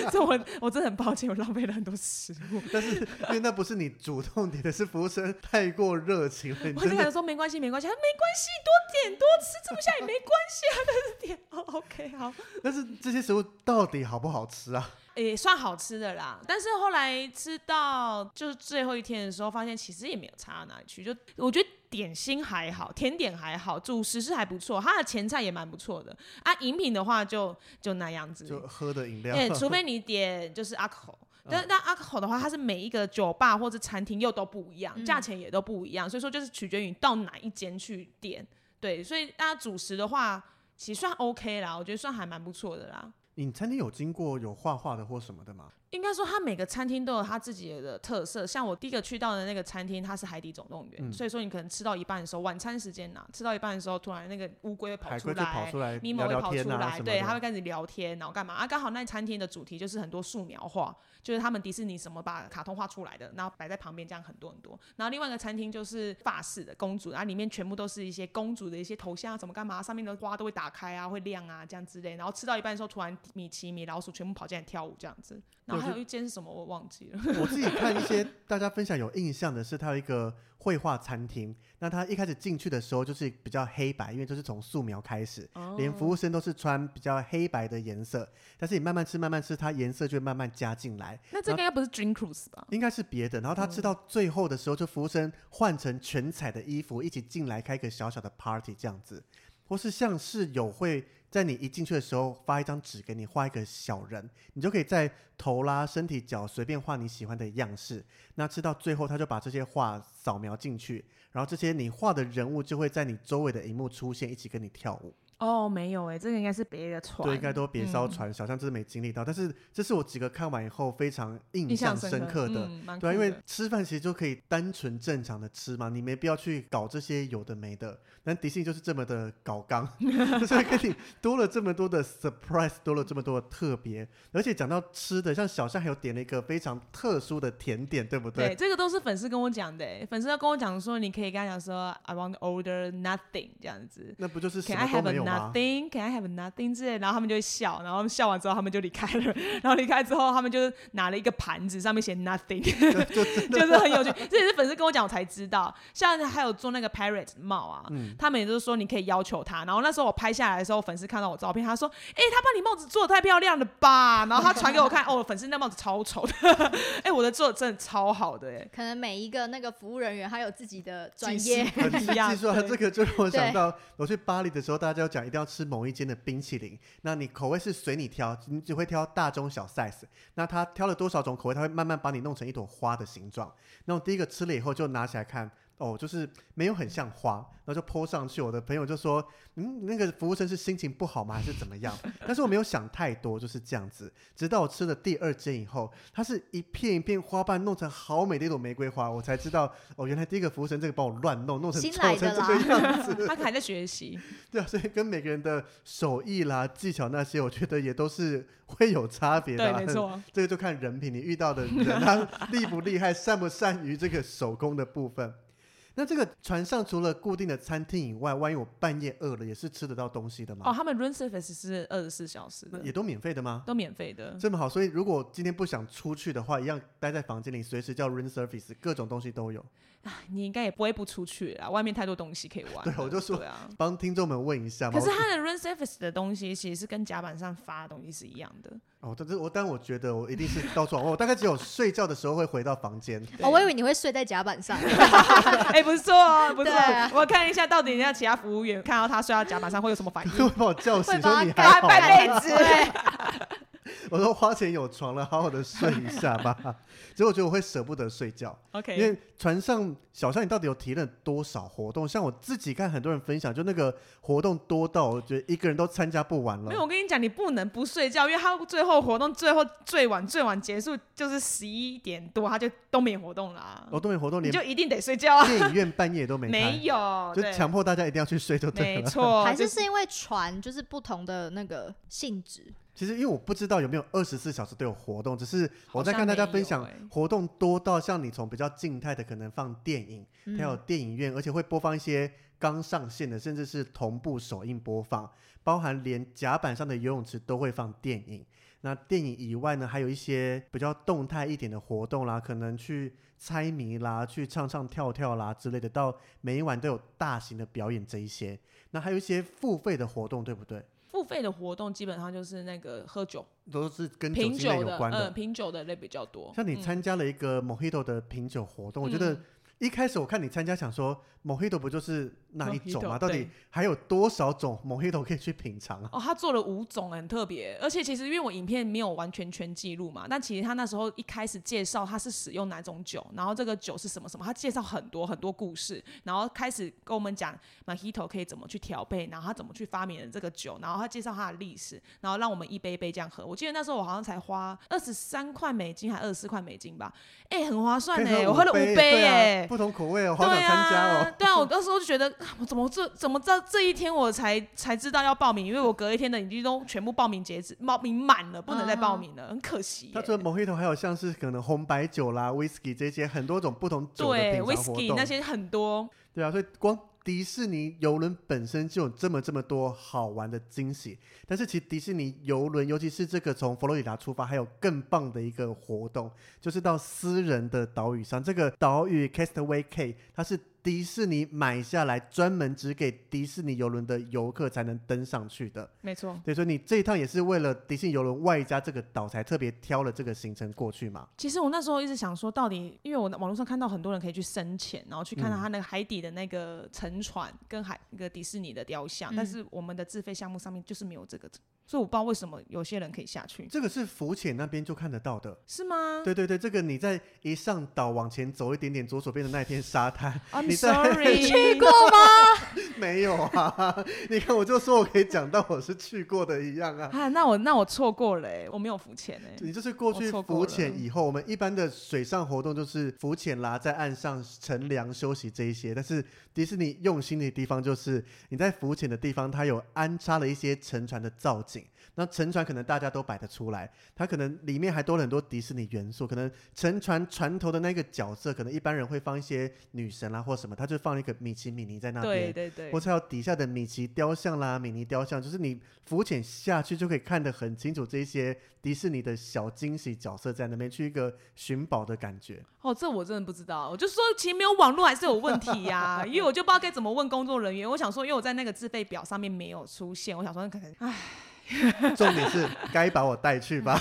这我我真的很抱歉，我浪费了很多食物。 (laughs)
但是因为那不是你主动点的，是服务生太过热情了，你
我就
真
开
的
始说没关系，没关系，他说没关系，多点多吃，吃不下也没关系啊，但是点哦，OK，好，
但是这些食物到底好不好吃啊？
也、算好吃的啦。但是后来吃到就是最后一天的时候，发现其实也没有差到哪里去。就我觉得点心还好，甜点还好，主食是还不错，它的前菜也蛮不错的啊。饮品的话就就那样嗯子，
就喝的饮料， (laughs)
(laughs) 对，哎除非你点就是阿口。但但阿口的话，它是每一个酒吧或者餐厅又都不一
嗯
样，价钱也都不一样，所以说就是取决于你到哪一间去点。对，所以大家主食的话，其实算 OK 啦，我觉得算还蛮不错的啦。
你餐厅有经过有画画的或什么的吗？
应该说，它每个餐厅都有它自己的特色。像我第一个去到的那个餐厅，它是海底总动员，
嗯
所以说你可能吃到一半的时候，晚餐时间呐、啊吃到一半的时候，突然那个乌龟会跑
海
出
龟就跑
来，
出来
咪蒙
聊聊
会跑
天
出
啊
来，
什么
对，他
的
会。开始聊天，然后干嘛啊？刚好那餐厅的主题就是很多素描画，就是他们迪士尼什么把卡通画出来的，然后摆在旁边这样很多很多。然后另外一个餐厅就是法式的公主，然后里面全部都是一些公主的一些头像啊，怎么干嘛，上面的花都会打开啊，会亮啊，这样之类。然后吃到一半的时候，突然米奇、米老鼠全部跑进来跳舞这样子。然后还有一间是什么我忘记了，
我自己看一些大家分享有印象的是，它有一个绘画餐厅。那它一开始进去的时候就是比较黑白，因为就是从素描开始，连服
哦
务生都是穿比较黑白的颜色。但是你慢慢吃，慢慢吃，它颜色就会慢慢加进来，
那这个应该不是 Dream Cruise 吧？
应该是别的。然后他
嗯
吃到最后的时候，就服务生换成全彩的衣服，一起进来开个小小的 party 这样子，或是像是有会在你一进去的时候发一张纸给你画一个小人，你就可以在头啦、身体、脚随便画你喜欢的样式。那吃到最后，他就把这些画扫描进去，然后这些你画的人物就会在你周围的荧幕出现，一起跟你跳舞。
哦，没有哎、这个应该是别的船，
对，应该都别烧
嗯
船，小象真的没经历到。但是这是我几个看完以后非常印
印象
象深刻的。
嗯蛮
对、啊，因
酷
为
的
吃饭其实就可以单纯正常的吃嘛，你没必要去搞这些有的没的。但迪士尼就是这么的搞刚， (laughs) 就是会
(laughs)
给你多了这么多的 surprise，多了这么多的特别。而且讲到吃的，像小象还有点了一个非常特殊的甜点，对不对？
对，这个都是粉丝跟我讲的欸，粉丝要跟我讲说，你可以跟他讲说，I want to order nothing 这样子
那不就是什
，Can I
么都
have
没
a
有吗？
nothing？Can I have a nothing 之类的，然后他们就会笑，然后他们笑完之后他们就离开了，然后离开之后他们就拿了一个盘子，上面写 nothing，就是很有趣。这也是粉丝跟我讲，我才知道。像还有做那个 parrot 帽啊，
嗯
他们也就是说你可以要求他。然后那时候我拍下来的时候，粉丝看到我照片，他说：“哎、他把你帽子做的太漂亮了吧？”然后他传给我看，哦，粉丝那帽子超丑的，哎、我的做的真的超好的、哎。
可能每一个那个服务人员他有自己的专
技
业
术，
很
一样
技术啊，
对
这个就让我想
对
到，我去巴黎的时候，大家就讲一定要吃某一间的冰淇淋。那你口味是随你挑，你只会挑大、中、小 size。那他挑了多少种口味，他会慢慢把你弄成一朵花的形状。那我第一个吃了以后，就拿起来看。哦，就是没有很像花，然后就泼上去。我的朋友就说：“嗯，那个服务生是心情不好吗，还是怎么样？” (laughs) 但是我没有想太多，就是这样子。直到我吃了第二间以后，它是一片一片花瓣弄成好美的一朵玫瑰花，我才知道哦，原来第一个服务生这个帮我乱弄，弄成
新
丑
来
成
的
这个
(laughs)
样子。
他还在学习，
对啊，所以跟每个人的手艺啦、技巧那些，我觉得也都是会有差别的啊
对，
啦。
没错。
这个就看人品，你遇到的人他厉不厉害，善不善于这个手工的部分。那这个船上除了固定的餐厅以外，万一我半夜饿了，也是吃得到东西的
哦，
吗？
他们 room service 是二十四小时
嗯那
的，
也都免费的吗？
都免
(laughs)
费的。
这么好，所以如果今天不想出去的话，一样待在房间里，随时叫 room service，各种东西都有。
你应该也不会不出去啊啦，外面太多东西可以玩了。
对我就说
对
(laughs)
啊。
帮听众们问一下嘛。
可是
我
它的 run surface 的东西其实是跟甲板上发的东西是一样
(laughs)
的。
哦，但是我但我觉得我一定是到处玩，哦我大概只有睡觉的时候会回到房间。 (laughs)
哦，我以为你会睡在甲板上，
(laughs) 哎、不错哦，不错
对啊。
我看一下到底人家其他服务员看到他睡到甲板上会有什么反
(laughs)
应。
会把我叫醒，
会
说
把
你
它
还
盖
好啊
盖
吗？
被子，
(laughs)
对
(laughs) 我说花钱有床了，好好的睡一下
(laughs)
吧。结果我觉得我会舍不得睡觉，因
OK，
为船上小象你到底有提了多少活动？像我自己看很多人分享，就那个活动多到我觉得一个人都参加不完
没有，
了。
我跟你讲，你不能不睡觉，因为他最后活动最后最晚最晚结束就是十一点多，他就都没活动啦、
我都没活动，
你
哦连
就一定得睡觉啊。
电影院半夜都 (laughs) 没
(laughs) 没
开，
有，
就
对
强迫大家一定要去睡就对啊
没
了。
错，
还是
就是
因为船就是不同的那个性质，
其实因为我不知道有没有二十四小时都有活动，只是我在
好像
看大家
没
分
有
享
欸
活动多到像你从比较静态的可能放电影，
嗯
它有电影院，而且会播放一些刚上线的，甚至是同步首映播放，包含连甲板上的游泳池都会放电影。那电影以外呢，还有一些比较动态一点的活动啦，可能去猜谜啦、去唱唱跳跳啦之类的，到每一晚都有大型的表演这一些。那还有一些付费的活动，对不对？
付费的活动基本上就是那个喝酒、
都是跟酒
品
精类
酒
有
的，
关
呃，品酒的类比较多。
像你
嗯
参加了一个 Mojito 的品酒活动，我觉得
嗯
一开始我看你参加，想说 Mojito 不就是那一种吗？
Mojito，
到底
对
还有多少种 Mojito 可以去品尝啊？ (laughs)
哦，他做了五种，很特别。而且其实因为我影片没有完全全记录嘛，但其实他那时候一开始介绍他是使用哪种酒，然后这个酒是什么什么，他介绍很多很多故事，然后开始跟我们讲 Mojito 可以怎么去调配，然后他怎么去发明了这个酒，然后他介绍他的历史，然后让我们一杯一杯这样喝。我记得那时候我好像才花二十三块美金还二十四块美金吧，哎、很划算
可以
呢、我喝了五
杯耶
杯
对
耶、
啊不同口味哦，好想
对
参加
啊
哦。，
对啊，我那时候就觉得，啊我怎么这怎么到这一天我才才知道要报名，因为我隔一天的已经都全部报名截止，报名满了，不能再报名了，很可惜耶、
它除了 Mojito，还有像是可能红白酒啦、whisky 这些很多种不同酒的
对
品尝活
，whisky
动
那。些很多，
对啊，所以光迪士尼游轮本身就有这么这么多好玩的惊喜，但是其实迪士尼游轮，尤其是这个从佛罗里达出发，还有更棒的一个活动，就是到私人的岛屿上。这个岛屿 Castaway K，它是迪士尼买下来，专门只给迪士尼游轮的游客才能登上去的。
没错。
对，所以你这一趟也是为了迪士尼游轮外加这个岛才特别挑了这个行程过去嘛？
其实我那时候一直想说，到底因为我网络上看到很多人可以去深潜，然后去看到
嗯
他那个海底的那个沉船跟海那个迪士尼的雕像，
嗯
但是我们的自费项目上面就是没有这个，所以我不知道为什么有些人可以下去，
这个是浮潜那边就看得到的。
是吗？
对对对，这个你在一上岛往前走一点点，左手边的那一片沙滩 (laughs)
I'm
你在
sorry，
去过吗？
没有啊？ (laughs) 你看，我就说我可以讲到我是去过的一样啊。
啊，那我那我错过了、欸，我没有浮潜哎、
你就是过去
我错过
浮
了嗯
潜以后，我们一般的水上活动就是浮潜啦，在岸上乘凉休息这一些。但是迪士尼用心的地方就是，你在浮潜的地方，它有安插了一些沉船的造景。那沉船可能大家都摆得出来，它可能里面还多了很多迪士尼元素，可能沉船船头的那个角色，可能一般人会放一些女神啦或什么，它就放一个米奇米妮在那边
对，对对，
或是还有底下的米奇雕像啦、米妮雕像，就是你浮潜下去就可以看得很清楚这些迪士尼的小惊喜角色在那边，去一个寻宝的感觉。
哦，这我真的不知道。我就说，其实没有网络还是有问题呀、因为我就不知道该怎么问工作人员。我想说，因为我在那个自费表上面没有出现，我想说可能 (laughs) 啊，
重点是该把我带去吧。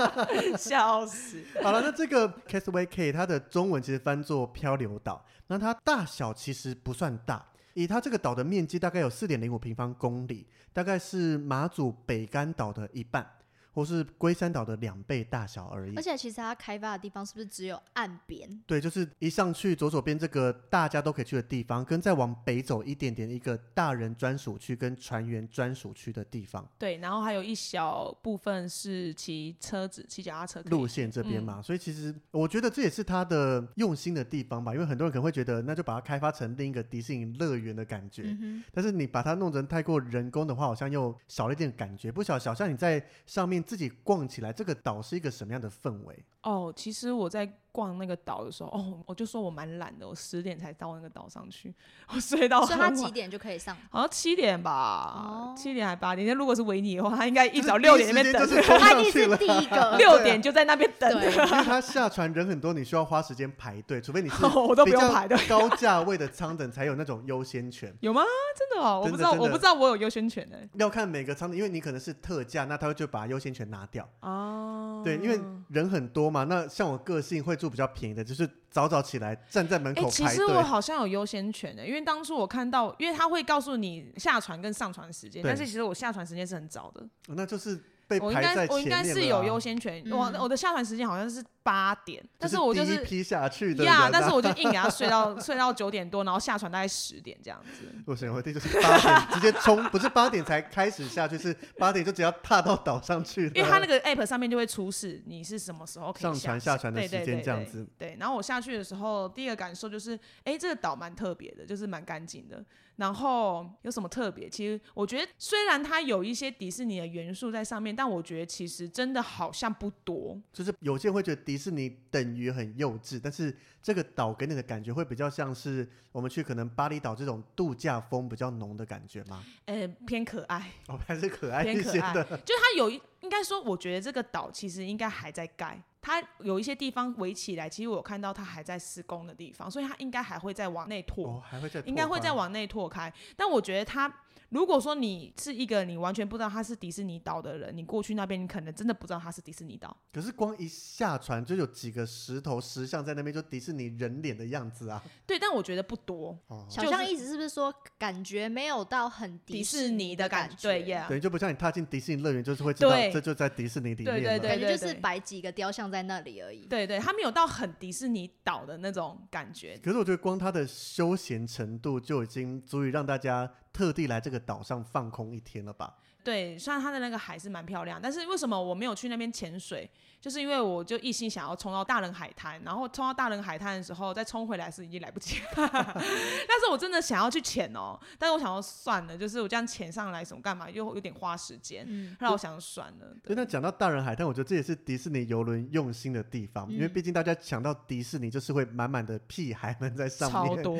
(laughs)
笑死。
好了，那这个 Castaway K 它的中文其实翻作漂流岛，那它大小其实不算大。以它这个岛的面积大概有四点零五平方公里，大概是马祖北干岛的一半，或是龟山岛的两倍大小而已
而。且其实它开发的地方是不是只有岸边？
对，就是一上去左手边这个大家都可以去的地方，跟再往北走一点点，一个大人专属区跟船员专属区的地方
对，然后还有一小部分是骑车子、骑脚踏车可以嗯
路线这边嘛，所以其实我觉得这也是他的用心的地方吧，因为很多人可能会觉得那就把它开发成另一个迪士尼乐园的感觉，
嗯
但是你把它弄成太过人工的话，好像又少了一点感觉，不晓小像你在上面自己逛起来，这个岛是一个什么样的氛围？
哦，其实我在逛那个岛的时候，哦，我就说我蛮懒的，我十点才到那个岛上去，我睡到
哼，所
哦很
以它
晚，
几点就可以
(laughs)
上？
好像七点吧
哦，
七、点还八点。那如果是维尼的话，他应该一
就是
早
第
六点
时
那边
间
等
就，是冲
它
上
一定
去
是
了。
第一个。
(laughs) 六点就在那边等。
对
因为他下船人很多，你需要花时间排队，除非你是
(laughs) 我都不
比
用
较
排队
高价位的舱等才有那种优先权。
(laughs) 有吗？真的哦，我
真的
不知道，
真的
我不知道我有优先权欸呢、
要看每个舱等，因为你可能是特价，那他会就把优先权拿掉。
哦
对，因为人很多嘛。那像我个性会住比较便宜的，就是早早起来站在门
哎、
口
其
排
实我
队。
好像有优先权欸的、因为当初我看到，因为他会告诉你下船跟上船时间，
对
但是其实我下船时间是很早的，
哦那就是被
我应
排
该
在前面了啊、
我应该是有优先权，
嗯
我我的下船时间好像是八点，但
是
是我就
第一
是。
批下去的人啊、
呀但是我就硬给他
(laughs)
睡到睡到九点多，然后下船大概十点这样子。
我想我弟就是八点直接冲，不是八点才开始下去，是八点就只要踏到岛上去了。
因为他那个 app 上面就会出示你是什么时候可以
上船下船的
对对
时间
对
这样
对
子
对，然后我下去的时候，第一个感受就是，哎，这个岛蛮特别的，就是蛮干净的。然后有什么特别？其实我觉得，虽然它有一些迪士尼的元素在上面，但我觉得其实真的好像不多。
就是有些人会觉得迪士尼等于很幼稚，但是这个岛给你的感觉会比较像是我们去可能巴厘岛这种度假风比较浓的感觉吗？
呃，偏可
(laughs)
爱，
哦，还是可爱
偏
一
可
些
爱
的。
就是它有一，应该说，我觉得这个岛其实应该还在盖，它有一些地方围起来，其实我有看到它还在施工的地方，所以它应该还会再往内拓。
哦，还会再
应该
拓
会
宽
再往内拓开。但我觉得它，如果说你是一个你完全不知道它是迪士尼岛的人，你过去那边，你可能真的不知道它是迪士尼岛。
可是光一下船就有几个石头石像在那边，就迪士尼人脸的样子啊！
对，但我觉得不多。
哦，
小
就是
象意思是不是说感觉没有到很
迪
士
士尼的
感
感对呀，
等于就不像你踏进迪士尼乐园，就是会知道
啊对
这就在迪士尼里面
对
了。
对
感觉
对
就是
对
摆几个雕像在那里而已。
对对，它没有到很迪士尼岛的那种感觉。
可是我觉得光它的休闲程度就已经足以让大家特地来这个岛上放空一天了吧？
对，虽然它的那个海是蛮漂亮，但是为什么我没有去那边潜水？就是因为我就一心想要冲到大人海滩，然后冲到大人海滩的时候再冲回来是已经来不及了。 (laughs) 但是我真的想要去潜哦，但是我想要算了，就是我这样潜上来什么干嘛，又有点花时间。
嗯，
后来我想算了，
对，
对
那讲到大人海滩，我觉得这也是迪士尼游轮用心的地方，因为
嗯
毕竟大家想到迪士尼就是会满满的屁孩们在上
超
面，
多，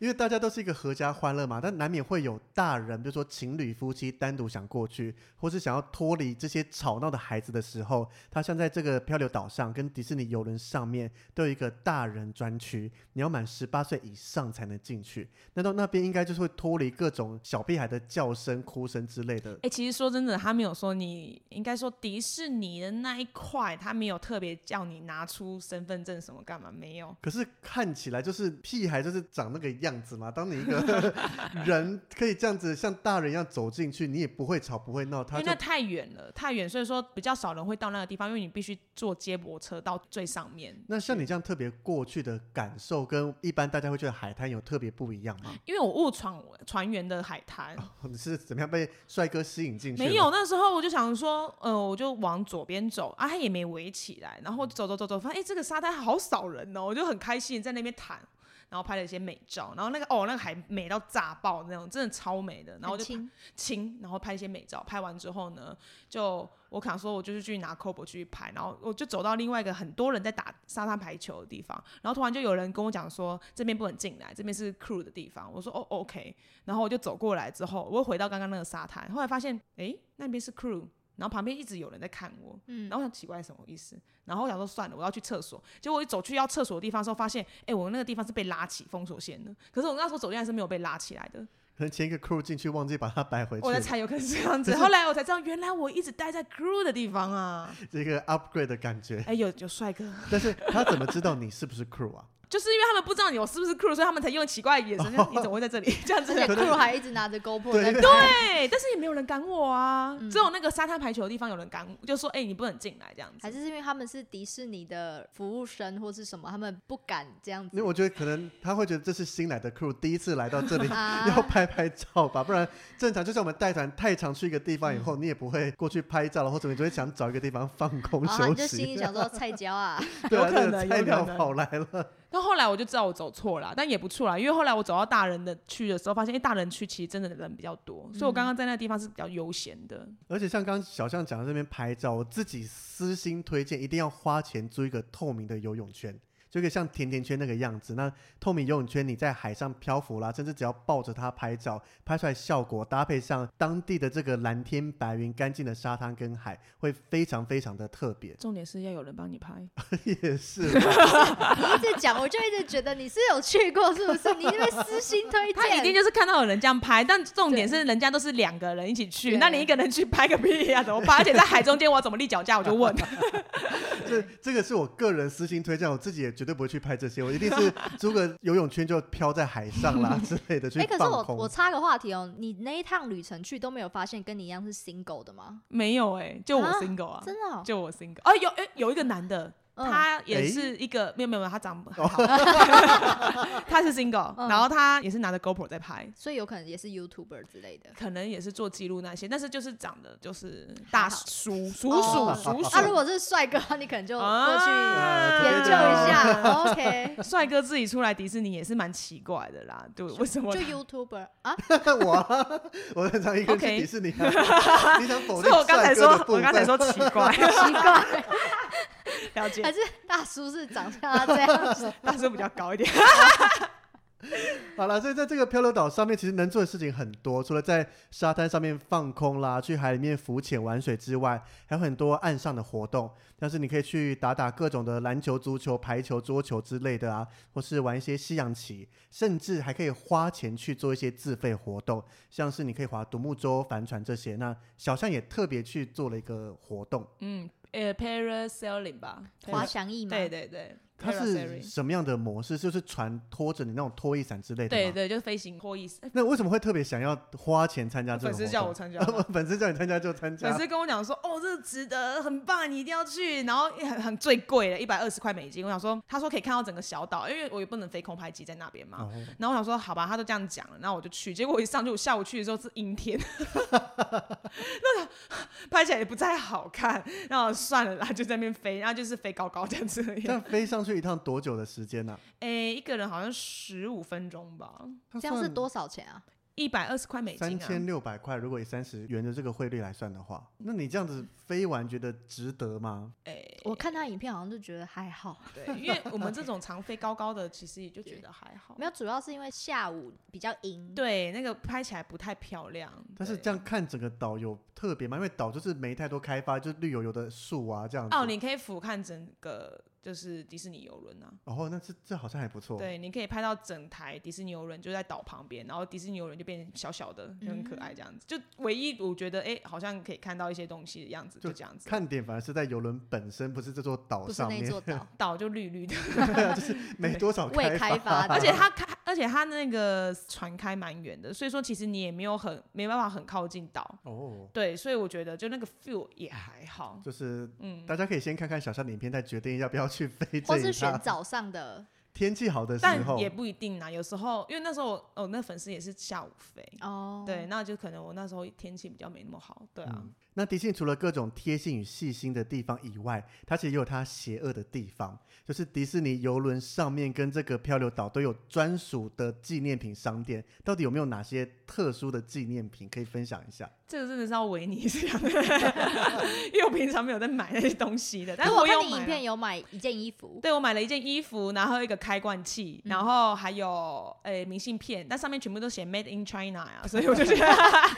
因为大家都是一个合家欢乐嘛，但难免会有大人，比如说情侣、夫妻单独想过去，或是想要脱离这些吵闹的孩子的时候，他像在这个漂流岛上跟迪士尼游轮上面都有一个大人专区，你要满十八岁以上才能进去。那到那边应该就是会脱离各种小屁孩的叫声、哭声之类的
哎、。其实说真的，他没有说你，应该说迪士尼的那一块，他没有特别叫你拿出身份证什么干嘛，没有。
可是看起来就是屁孩，就是长那个样子嘛。当你一
(laughs)
个人可以这样子像大人一样走进去，你也不会吵不会闹，
因
他
为
就
那太远了，太远，所以说比较少人会到那个地方，因为你必须坐接驳车到最上面。
那像你这样特别过去的感受，跟一般大家会去的海滩有特别不一
(laughs)
样吗？
因为我误闯船员的海滩，
你是怎么样被帅哥吸引进去？
没有，，那时候我就想说，呃，我就往左边走啊，它也没围起来，然后走走走走，发现哎、诶这个沙滩好少人哦，我就很开心在那边弹。然后拍了一些美照，然后那个哦，那个海美到炸爆那种，真的超美的。然后我
很
就
轻，
亲，然后拍一些美照。拍完之后呢，就我想说，我就是去拿 c o b o 去拍，然后我就走到另外一个很多人在打沙滩排球的地方，然后突然就有人跟我讲说，这边不能进来，这边是 crew 的地方。我说哦，OK，然后我就走过来之后，我又回到刚刚那个沙滩，后来发现，诶，那边是 crew。然后旁边一直有人在看我，
嗯
然后我想奇怪什么意思，然后我想说算了，我要去厕所。结果我一走去要厕所的地方的时候，发现，哎、我那个地方是被拉起封锁线的，可是我那时候走进来是没有被拉起来的，
可能前一个 crew 进去忘记把它摆回去
我在
了， (laughs)
猜有可能是这样子。后来我才知道，原来我一直待在 crew 的地方啊。
这个 upgrade 的感觉。
哎，有有帅哥，
但是他怎么知道你是不是 crew 啊？
就是因为他们不知道你我是不是 crew，所以他们才用奇怪的
(laughs)
眼神，就是你怎么会在这里这样子 (laughs)
而？且
可能
crew 还一直拿着 GoPro
对
在
因为
对，但是也没有人赶我啊，
嗯
只有那个沙滩排球的地方有人赶我，就说哎，你不能进来这样
还
子。
是是因为他们是迪士尼的服务生或是什么，他们不敢这样
因为
子。
我觉得可能他会觉得这是新来的 crew 第一次来到这里
啊。
(laughs) 要拍拍照吧，不然正常就像我们带团太常去一个地方以
嗯
后，你也不会过去拍照了，或者你就会想找一个地方放空
哦
然后
休
你就心
息
里。
(laughs)
想说菜椒啊，
(laughs) 对啊，
有
那
可
个
能
菜
有可
鸟
能
跑来了。
但后来我就知道我走错了，但也不错啦，因为后来我走到大人的区的时候，发现哎，大人区其实真的人比较多，所以我刚刚在那个地方是比较悠闲的。。
而且像刚刚小象讲的这边拍照，我自己私心推荐，一定要花钱租一个透明的游泳圈，就可以像甜甜圈那个样子。那透明游泳圈你在海上漂浮啦，甚至只要抱着它拍照，拍出来效果搭配上当地的这个蓝天白云、干净的沙滩跟海，会非常非常的特别 (laughs)
重点是要有人帮你拍。
也是啦，
你一直讲，我就一直觉得你是有去过，是不是？你因为私心推
(laughs) 他一定
荐，
就是看到有人这样拍，但重点
对
是人家都是两个人一起去
对，
那你一个人去拍个屁呀、怎么办？而且在海中间，我要怎么立脚架？我就问，
这这个是我个人私心推荐，我自己也绝对不会去拍这些，我一定
(laughs)
是租个游泳圈就飘在海上啦之类的去
哎、可是
放
我
空。(laughs)
我插个话题哦，你那一趟旅程去都没有发现跟你一样是 single 的吗？
(laughs) 没有哎、就我
啊
single 啊，
真的、哦？
就我 single。哦，有哎、有一个男的，
嗯
他也
诶
是一个、没有没有没有，他长 (laughs) 得还好，他是 single，、
嗯
然后他也是拿着 GoPro 在拍，
所以有可能也是 YouTuber 之类的。
可能也是做记录那些，但是就是长得就是大
还好
叔叔
哦
叔叔
啊，如
叔，
果是帅哥，你可能就过去
啊
研究一下。OK，
(laughs) 帅哥自己出来迪士尼也是蛮奇怪的啦，对，为什么
就
他？
YouTuber 啊，
我啊 (laughs) 我很常一个人去
OK
迪士尼啊，
(laughs)
你想否
所
定
以我刚才
帅
说
哥的，部
我刚才
分？
说 (laughs) 奇
(laughs)
怪，
奇怪，
了解
还，是大叔是长相他这样子？
大叔比较高一点，
好了，所以在这个漂流岛上面，其实能做的事情很多，除了在沙滩上面放空啦，去海里面浮潜玩水之外，还有很多岸上的活动，像是你可以去打打各种的篮球、足球、排球、桌球之类的啊，或是玩一些西洋棋，甚至还可以花钱去做一些自费活动，像是你可以划独木舟、帆船这些。那小象也特别去做了一个活动，
嗯，呃，parasailing 吧，
滑翔翼嘛，
对对对，
它
parasailing
是什么样的模式？就是船拖着你那种拖曳伞之类的
对
吗？
对，就是飞行或意思。
那为什么会特别想要花钱参加这个
粉
活
丝
动？，
叫我参加
(laughs) 粉丝叫你参加就参
粉
加。
丝跟我讲说，哦，这个值得，很棒，你一定要去。然后也呃很很最贵的，一百二十块美金。我想说，他说可以看到整个小岛，因为我也不能飞空拍机在那边嘛。
哦
然后我想说，好吧，他都这样讲了，那我就去。结果我一上去，我下午去的时候是阴天， (laughs) 那拍起来也不太好看。然后算了啦，就在那边飞，然后就是飞高高这样子而已。
这样飞上去一趟多久的时间啊呢、
哎、一个人好像十五分钟吧，
它
这样是
算
多少钱啊？
一百二十块美
三
金
千
啊。
六百块，如果以三十元的这个汇率来算的话，那你这样子飞完觉得值得吗？
哎、
我看他影片好像就觉得还好，
对，因为我们这种常飞高高的，其实也就觉得还好。
没有，主要是因为下午比较阴。
对，那个拍起来不太漂亮。
但是
对
这样看整个岛有特别吗？因为岛就是没太多开发，就是绿油油的树啊这样子。
哦，你可以俯瞰整个就是迪士尼游轮啊，
哦，那这这好像还不错。
对，你可以拍到整台迪士尼游轮就在岛旁边，然后迪士尼游轮就变小小的，就很可爱这样子。就唯一我觉得哎、好像可以看到一些东西的样子，
就
就这样子。
看点反而是在游轮本身，不是这座岛
不是
上
那
面，(laughs)
座岛
岛就绿绿的，
嗯没多少
(laughs)
未开发的，
而且它开，而且它那个船开蛮远的，所以说其实你也没有很没办法很靠近岛。
哦，
对，所以我觉得就那个 feel 也还好。
就是
嗯，
大家可以先看看小象的影片，再决定要不要去飞这
(laughs) 或
一
是选
趟。
早上的
天气好的时
但
候，
也不一定啦，有时候因为那时候我哦，那粉丝也是下午飞，
哦。
对，，那就可能我那时候天气比较没那么好，对啊，
嗯那迪士尼除了各种贴心与细心的地方以外，它其实也有它邪恶的地方，就是迪士尼游轮上面跟这个漂流岛都有专属的纪念品商店。到底有没有哪些特殊的纪念品可以分享一下？ (laughs)
这个真的是要维尼这样的， (laughs) 因为我平常没有在买那些东西的，但
但
是
我
有
看你
买
影
啊
片有买一件衣服，
对我买了一件衣服，然后一个开罐器，
嗯
然后还有呃明信片，但上面全部都写 Made in China 啊，所以
(laughs)
我就觉得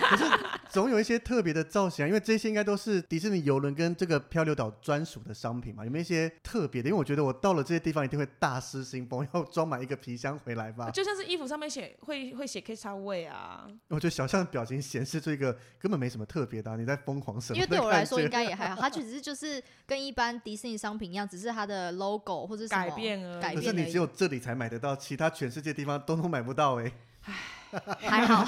(laughs) 总有一些特别的造型、啊，因为这些应该都是迪士尼游轮跟这个漂流岛专属的商品嘛。有没有一些特别的？因为我觉得我到了这些地方一定会大失心疯， (laughs) 要装满一个皮箱回来吧。 (laughs)
就像是衣服上面写会会写 K 叉位啊，
我觉得小象的表情显示出一个根本没什么特别的啊、你在疯狂什么？
因为对我来说应该也还好，它只是就是跟一般迪士尼商品一样，只是它的 logo 或者什么
改变而已
改
可是
变
你
而
只有这里才买得到，其他全世界地方都都买不到
(laughs)
哎、
已，还好。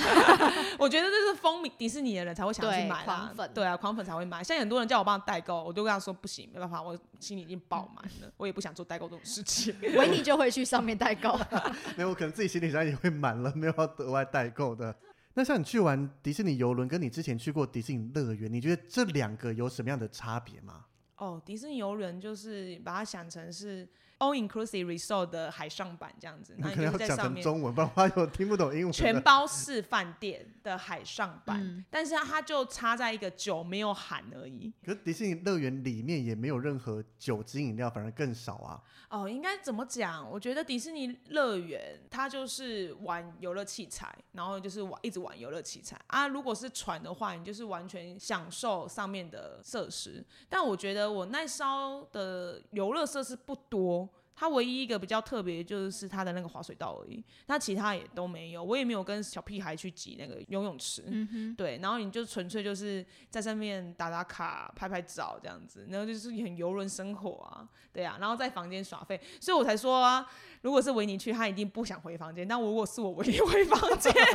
我觉得这是风靡迪士尼的人才会想要去
对
买啦，
狂粉
对啊，狂粉才会买。现在很多人叫我帮他代购，我都跟他说不行，没办法，我心里已经爆满了，我也不想做代购这种事情。
维尼就会去上面代购，
没有，我可能自己行李箱也会满了，没有要额外代购的。那像你去玩迪士尼游轮，跟你之前去过迪士尼乐园，你觉得这两个有什么样的差别吗？
哦，迪士尼游轮就是把它想成是 all inclusive resort 的海上版这样子，那
可
你
能
就
要
是在
讲
上
成
面。
中文，不然我有听不懂英文
全
的。
包式饭店的海上版，
嗯
但是它就差在一个酒没有喊而已。
可是迪士尼乐园里面也没有任何酒精饮料，反而更少啊。
哦，应该怎么讲？我觉得迪士尼乐园它就是玩游乐器材，然后就是玩一直玩游乐器材啊。如果是船的话，你就是完全享受上面的设施。但我觉得我那艘的游乐设施不多。它唯一一个比较特别就是它的那个滑水道而已，那其他也都没有。我也没有跟小屁孩去挤那个游泳池，
嗯哼，
对，然后你就纯粹就是在上面打打卡、拍拍照这样子，然后就是很游轮生活啊，对啊，然后在房间耍废，所以我才说啊，如果是维尼去，他一定不想回房间；但如果是我，我一定回房间。 (laughs)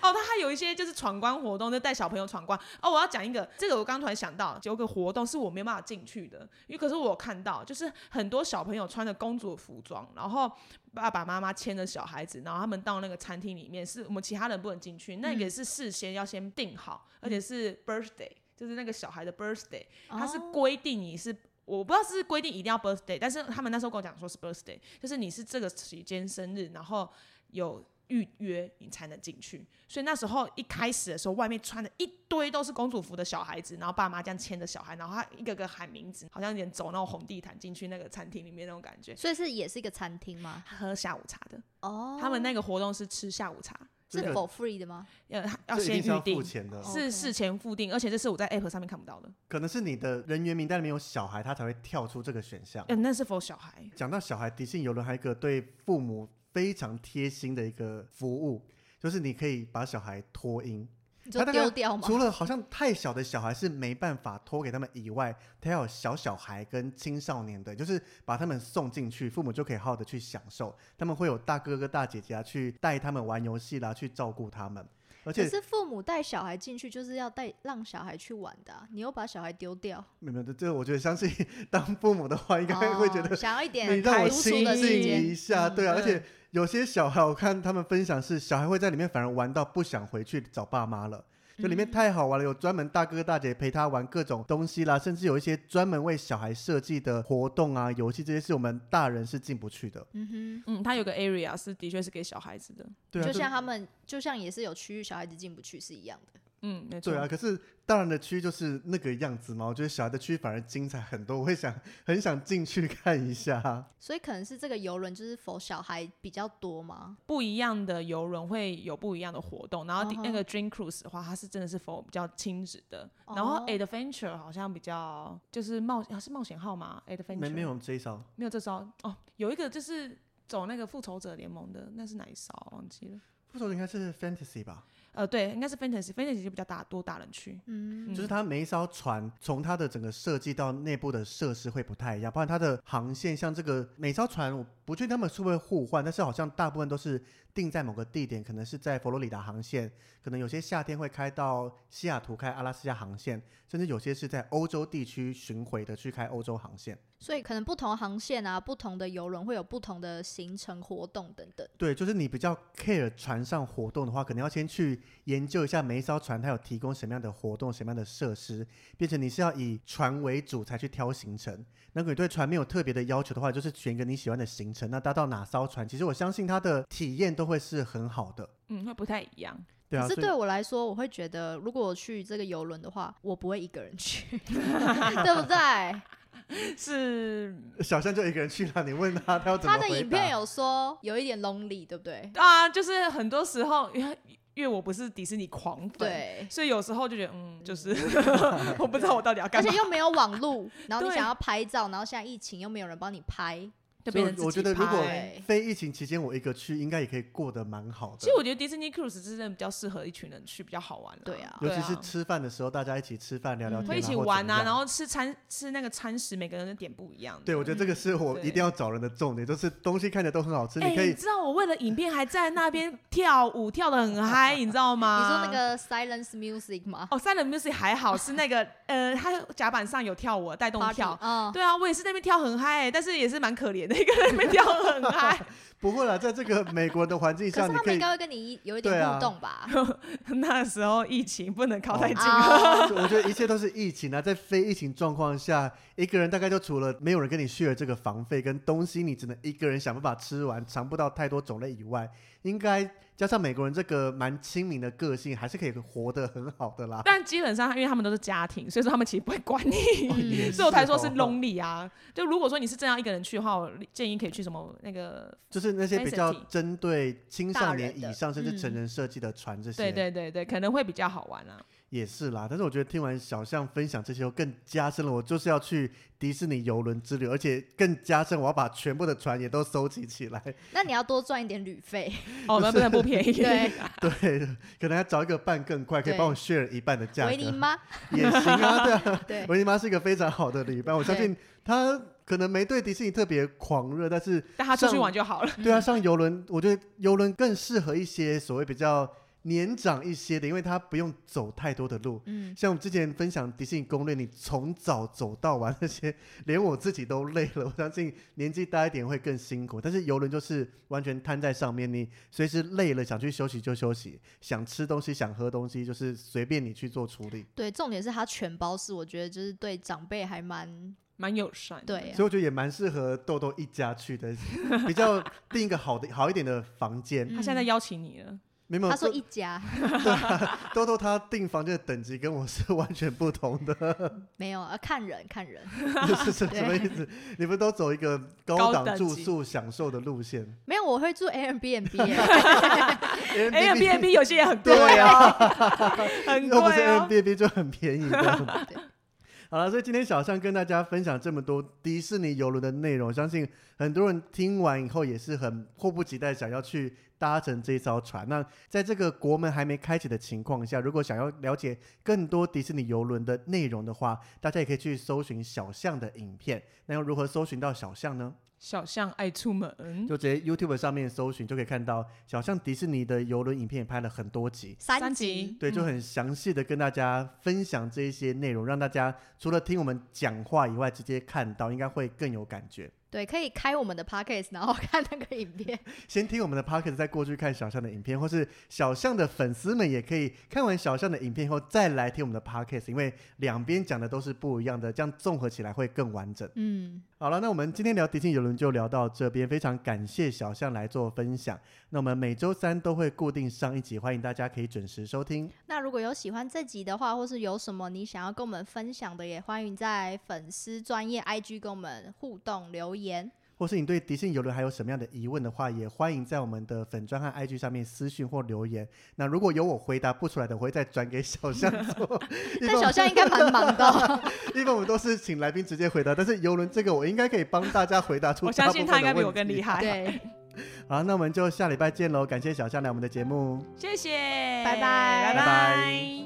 哦，他还有一些就是闯关活动，就带小朋友闯关。哦，我要讲一个，这个我刚突然想到，有个活动是我没有办法进去的，因为可是我有看到，就是很多小朋友穿着公主服装，然后爸爸妈妈牵着小孩子，然后他们到那个餐厅里面，是我们其他人不能进去，那个是事先要先定好，而且是 birthday，就是那个小孩的 birthday，它是
哦
规定你是。我不知道是规定一定要 birthday，但是他们那时候跟我讲说是 birthday，就是你是这个时间生日，然后有预约你才能进去。所以那时候一开始的时候，外面穿的一堆都是公主服的小孩子，然后爸妈这样牵着小孩，然后他一个个喊名字，好像有点走那种红地毯进去那个餐厅里面那种感觉。
所以是也是一个餐厅吗？
他喝下午茶的，
哦，
他们那个活动是吃下午茶，
是
这个
for free 的吗？
要要
这一定
先
是要
预
付
定，
钱的，哦
OK
是事前付定，而且这是我在 App 上面看不到的，
可能是你的人员名单里面有小孩，他才会跳出这个选项。
嗯，那是否小孩？
讲到小孩，迪士尼游轮还有一个对父母非常贴心的一个服务，就是你可以把小孩托婴。
你
他大
就
概
丢掉吗？
除了好像太小的小孩是没办法托给他们以外，他要有小小孩跟青少年的，就是把他们送进去，父母就可以好好的去享受。他们会有大哥哥大姐姐啊，去带他们玩游戏啦，去照顾他们。而
可
且
是父母带小孩进去就是要带让小孩去玩的啊、你又把小孩丢掉，
没有，没有这我觉得相信当父母的话，应该会觉得
哦、想要一
你
点
让我
独
心
处的时
静一
间。
下，
嗯
对啊，而
嗯
且有些小孩，我看他们分享是小孩会在里面反而玩到不想回去找爸妈了。就里面太好玩了，有专门大哥大姐陪他玩各种东西啦，甚至有一些专门为小孩设计的活动啊、游戏，这些是我们大人是进不去的。
嗯
嗯，它有个 area 是的确是给小孩子的，
对
哼，
啊，
就像他们，就像也是有区域小孩子进不去是一样的。
嗯，没错，
对啊，可是大人的区就是那个样子嘛，我觉得小孩的区反而精彩很多，我会想很想进去看一下。
所以可能是这个游轮就是否小孩比较多嘛？
不一样的游轮会有不一样的活动，然后第
嗯哼
那个 Dream Cruise 的话，它是真的是 for 比较亲子的，然后
哦
Adventure 好像比较就是冒啊是冒险号吗？Adventure
没没有这一招，
没有这招哦，有一个就是走那个复仇者联盟的，那是哪一艘啊忘记了？
复仇者应该是 fantasy 吧？
呃，对，应该是 Fantasy，Fantasy 就比较大多大人去，
嗯，
就是
嗯
它每一艘船，从它的整个设计到内部的设施会不太一样，包含它的航线，像这个每艘船，我不确定他们是不是会互换，但是好像大部分都是定在某个地点，可能是在佛罗里达航线，可能有些夏天会开到西雅图开阿拉斯加航线，甚至有些是在欧洲地区巡回的去开欧洲航线。
所以可能不同航线啊，不同的游轮会有不同的行程、活动等等。
对，就是你比较 care 船上活动的话，可能要先去研究一下每一艘船它有提供什么样的活动、什么样的设施，变成你是要以船为主才去挑行程。那如果你对船没有特别的要求的话，就是选一个你喜欢的行程，那搭到哪艘船，其实我相信它的体验都会是很好的。
嗯，会不太一样。
对啊，
可是
所以
对我来说，我会觉得，如果我去这个游轮的话，我不会一个
(laughs)
人去，对不对？
是
(laughs) 小象就一个人去了，你问他，他要怎么
他
回答？
的影片有说有一点 lonely，对
(laughs)
不对？
啊，就是很多时候，因为因为我不是迪士尼狂粉，
对，
所以有时候就觉得，嗯，就是
嗯
(laughs) 我不知道我到底要
而
干嘛
且，又没有网路，然后你
对
想要拍照，然后现在疫情又没有人帮你拍，
就
所以
变成自己
我觉得如果
拍
对
非疫情期间我一个去，应该也可以过得蛮好的。
其实我觉得迪士尼 cruise 是真的比较适合一群人去，比较好玩、
对啊
尤其是吃饭的时候，大家一起吃饭聊聊
嗯
天、啊，
会一起
或怎
玩
么
啊，
样
然后吃餐吃那个餐食，每个人的点不一样的。
对，我觉得这个是我
对
一定要找人的重点，就是东西看起来都很好吃，
哎、
你可
你
以
知道我为了影片还在那 (laughs) 边跳舞，跳的很嗨，你知道
啊
吗？
你说那个 silence
(laughs)
music 吗？
哦，silent music 还好，是那个呃，它甲板上有跳舞带动
Party，
跳。
嗯，
对啊，我也是那边跳很嗨、但是也是蛮可怜的，一个人在那边跳很嗨， (laughs)
不会啦，在这个美国的环境
可
下，
是
你
他
可
们
以
应该，会跟你一有一
对
点
啊
互动吧？
那时候疫情不能靠太
哦
近，
啊，
(laughs) 我觉得一切都是疫情啊，在非疫情状况下，一个人大概就除了没有人跟你 share 这个房费跟东西，你只能一个人想办法吃完，尝不到太多种类以外，应该加上美国人这个蛮亲民的个性，还是可以活得很好的啦。
(laughs) 但基本上因为他们都是家庭，所以说他们其实不会管你，
嗯
也
所以我才说是
哦
lonely 啊。就如果说你是真要一个人去的话，我建议可以去什么那个，
就是那些比较
Sensitive
针对青少
大
年
人的
以上甚至
嗯
成人设计的船这些，
对对对对，可能会比较好玩啊。
也是啦，但是我觉得听完小象分享这些后，更加深了我就是要去迪士尼游轮之旅，而且更加深我要把全部的船也都收集起来。
那你要多赚一点
(laughs)
旅费，
哦，我们不能不便宜。 (laughs)
对，
对，可能要找一个办更快，可以
对
帮我 share 一半的价
维尼
格， (laughs)
吗？
也行啊，对 (laughs) 啊。
对，
维尼妈是一个非常好的旅伴，我相
对
信她可能没对迪士尼特别狂热，但是
带他出去
上
玩
(laughs)
就好了。
对啊，上游轮，我觉得游轮更适合一些所谓比较年长一些的，因为它不用走太多的路。
嗯，
像我们之前分享迪士尼攻略，你从早走到晚那些，连我自己都累了。我相信年纪大一点会更辛苦，但是游轮就是完全瘫在上面，你随时累了想去休息就休息，想吃东西想喝东西就是随便你去做处理。
对，重点是它全包式，我觉得就是对长辈还蛮
蛮友善。，
对啊
所以我觉得也蛮适合豆豆一家去的，比较订一个好的好一点的房间。
他现在邀请你了，
没有，
嗯 (laughs) 他说一家
豆豆他订房间的等级跟我是完全不同的， (laughs)
没有啊，看人看人， (laughs)
是什
对
什么意思？你们都走一个高
高
档
等
住
级
宿享受的路线
没有我会住 Airbnb， (laughs)
a 哎 b
(laughs)
n b 有些也很贵
嗯对
啊，
啊，
(laughs) 很
又不是
贵哦。
Airbnb 就很便宜
(laughs)
的
对。
好了，所以今天小象跟大家分享这么多迪士尼游轮的内容，相信很多人听完以后也是很迫不及待想要去搭乘这一艘船。那在这个国门还没开启的情况下，如果想要了解更多迪士尼游轮的内容的话，大家也可以去搜寻小象的影片。那要如何搜寻到小象呢？
小象爱出门，
就直接 YouTube 上面搜寻就可以看到小象迪士尼的游轮影片，也拍了很多集。
三
三
级
级，
对，就
嗯
很详细的跟大家分享这一些内容，让大家除了听我们讲话以外，直接看到应该会更有感觉。
对，可以开我们的 podcast，然后 (laughs) 看那个影片，
先听我们的 p o c k e t 再过去看小象的影片，或是小象的粉丝们也可以看完小象的影片后再来听我们的 p o c k e t 因为两边讲的都是不一样的，这样综合起来会更完整。
嗯，
好了，那我们今天聊迪士尼游轮就聊到这边，非常感谢小象来做分享。那我们每周三都会固定上一集，欢迎大家可以准时收听。
那如果有喜欢这集的话，或是有什么你想要跟我们分享的，也欢迎在粉丝专业 IG 跟我们互动留言。
或是你对迪士尼游轮还有什么样的疑问的话，也欢迎在我们的粉专和 IG 上面私讯或留言。那如果有我回答不出来的，我会再转给小象做。一
但
般
小象应该蛮忙
(laughs)
的哦、
一般我们都是请来宾直接回答，但是游轮这个我应该可以帮大家回答出。
我相信他应该比我更厉
害。
(laughs)
害。，
对，
好，那我们就下礼拜见喽！感谢小象来我们的节目。
谢谢，
拜拜
拜
拜拜
拜。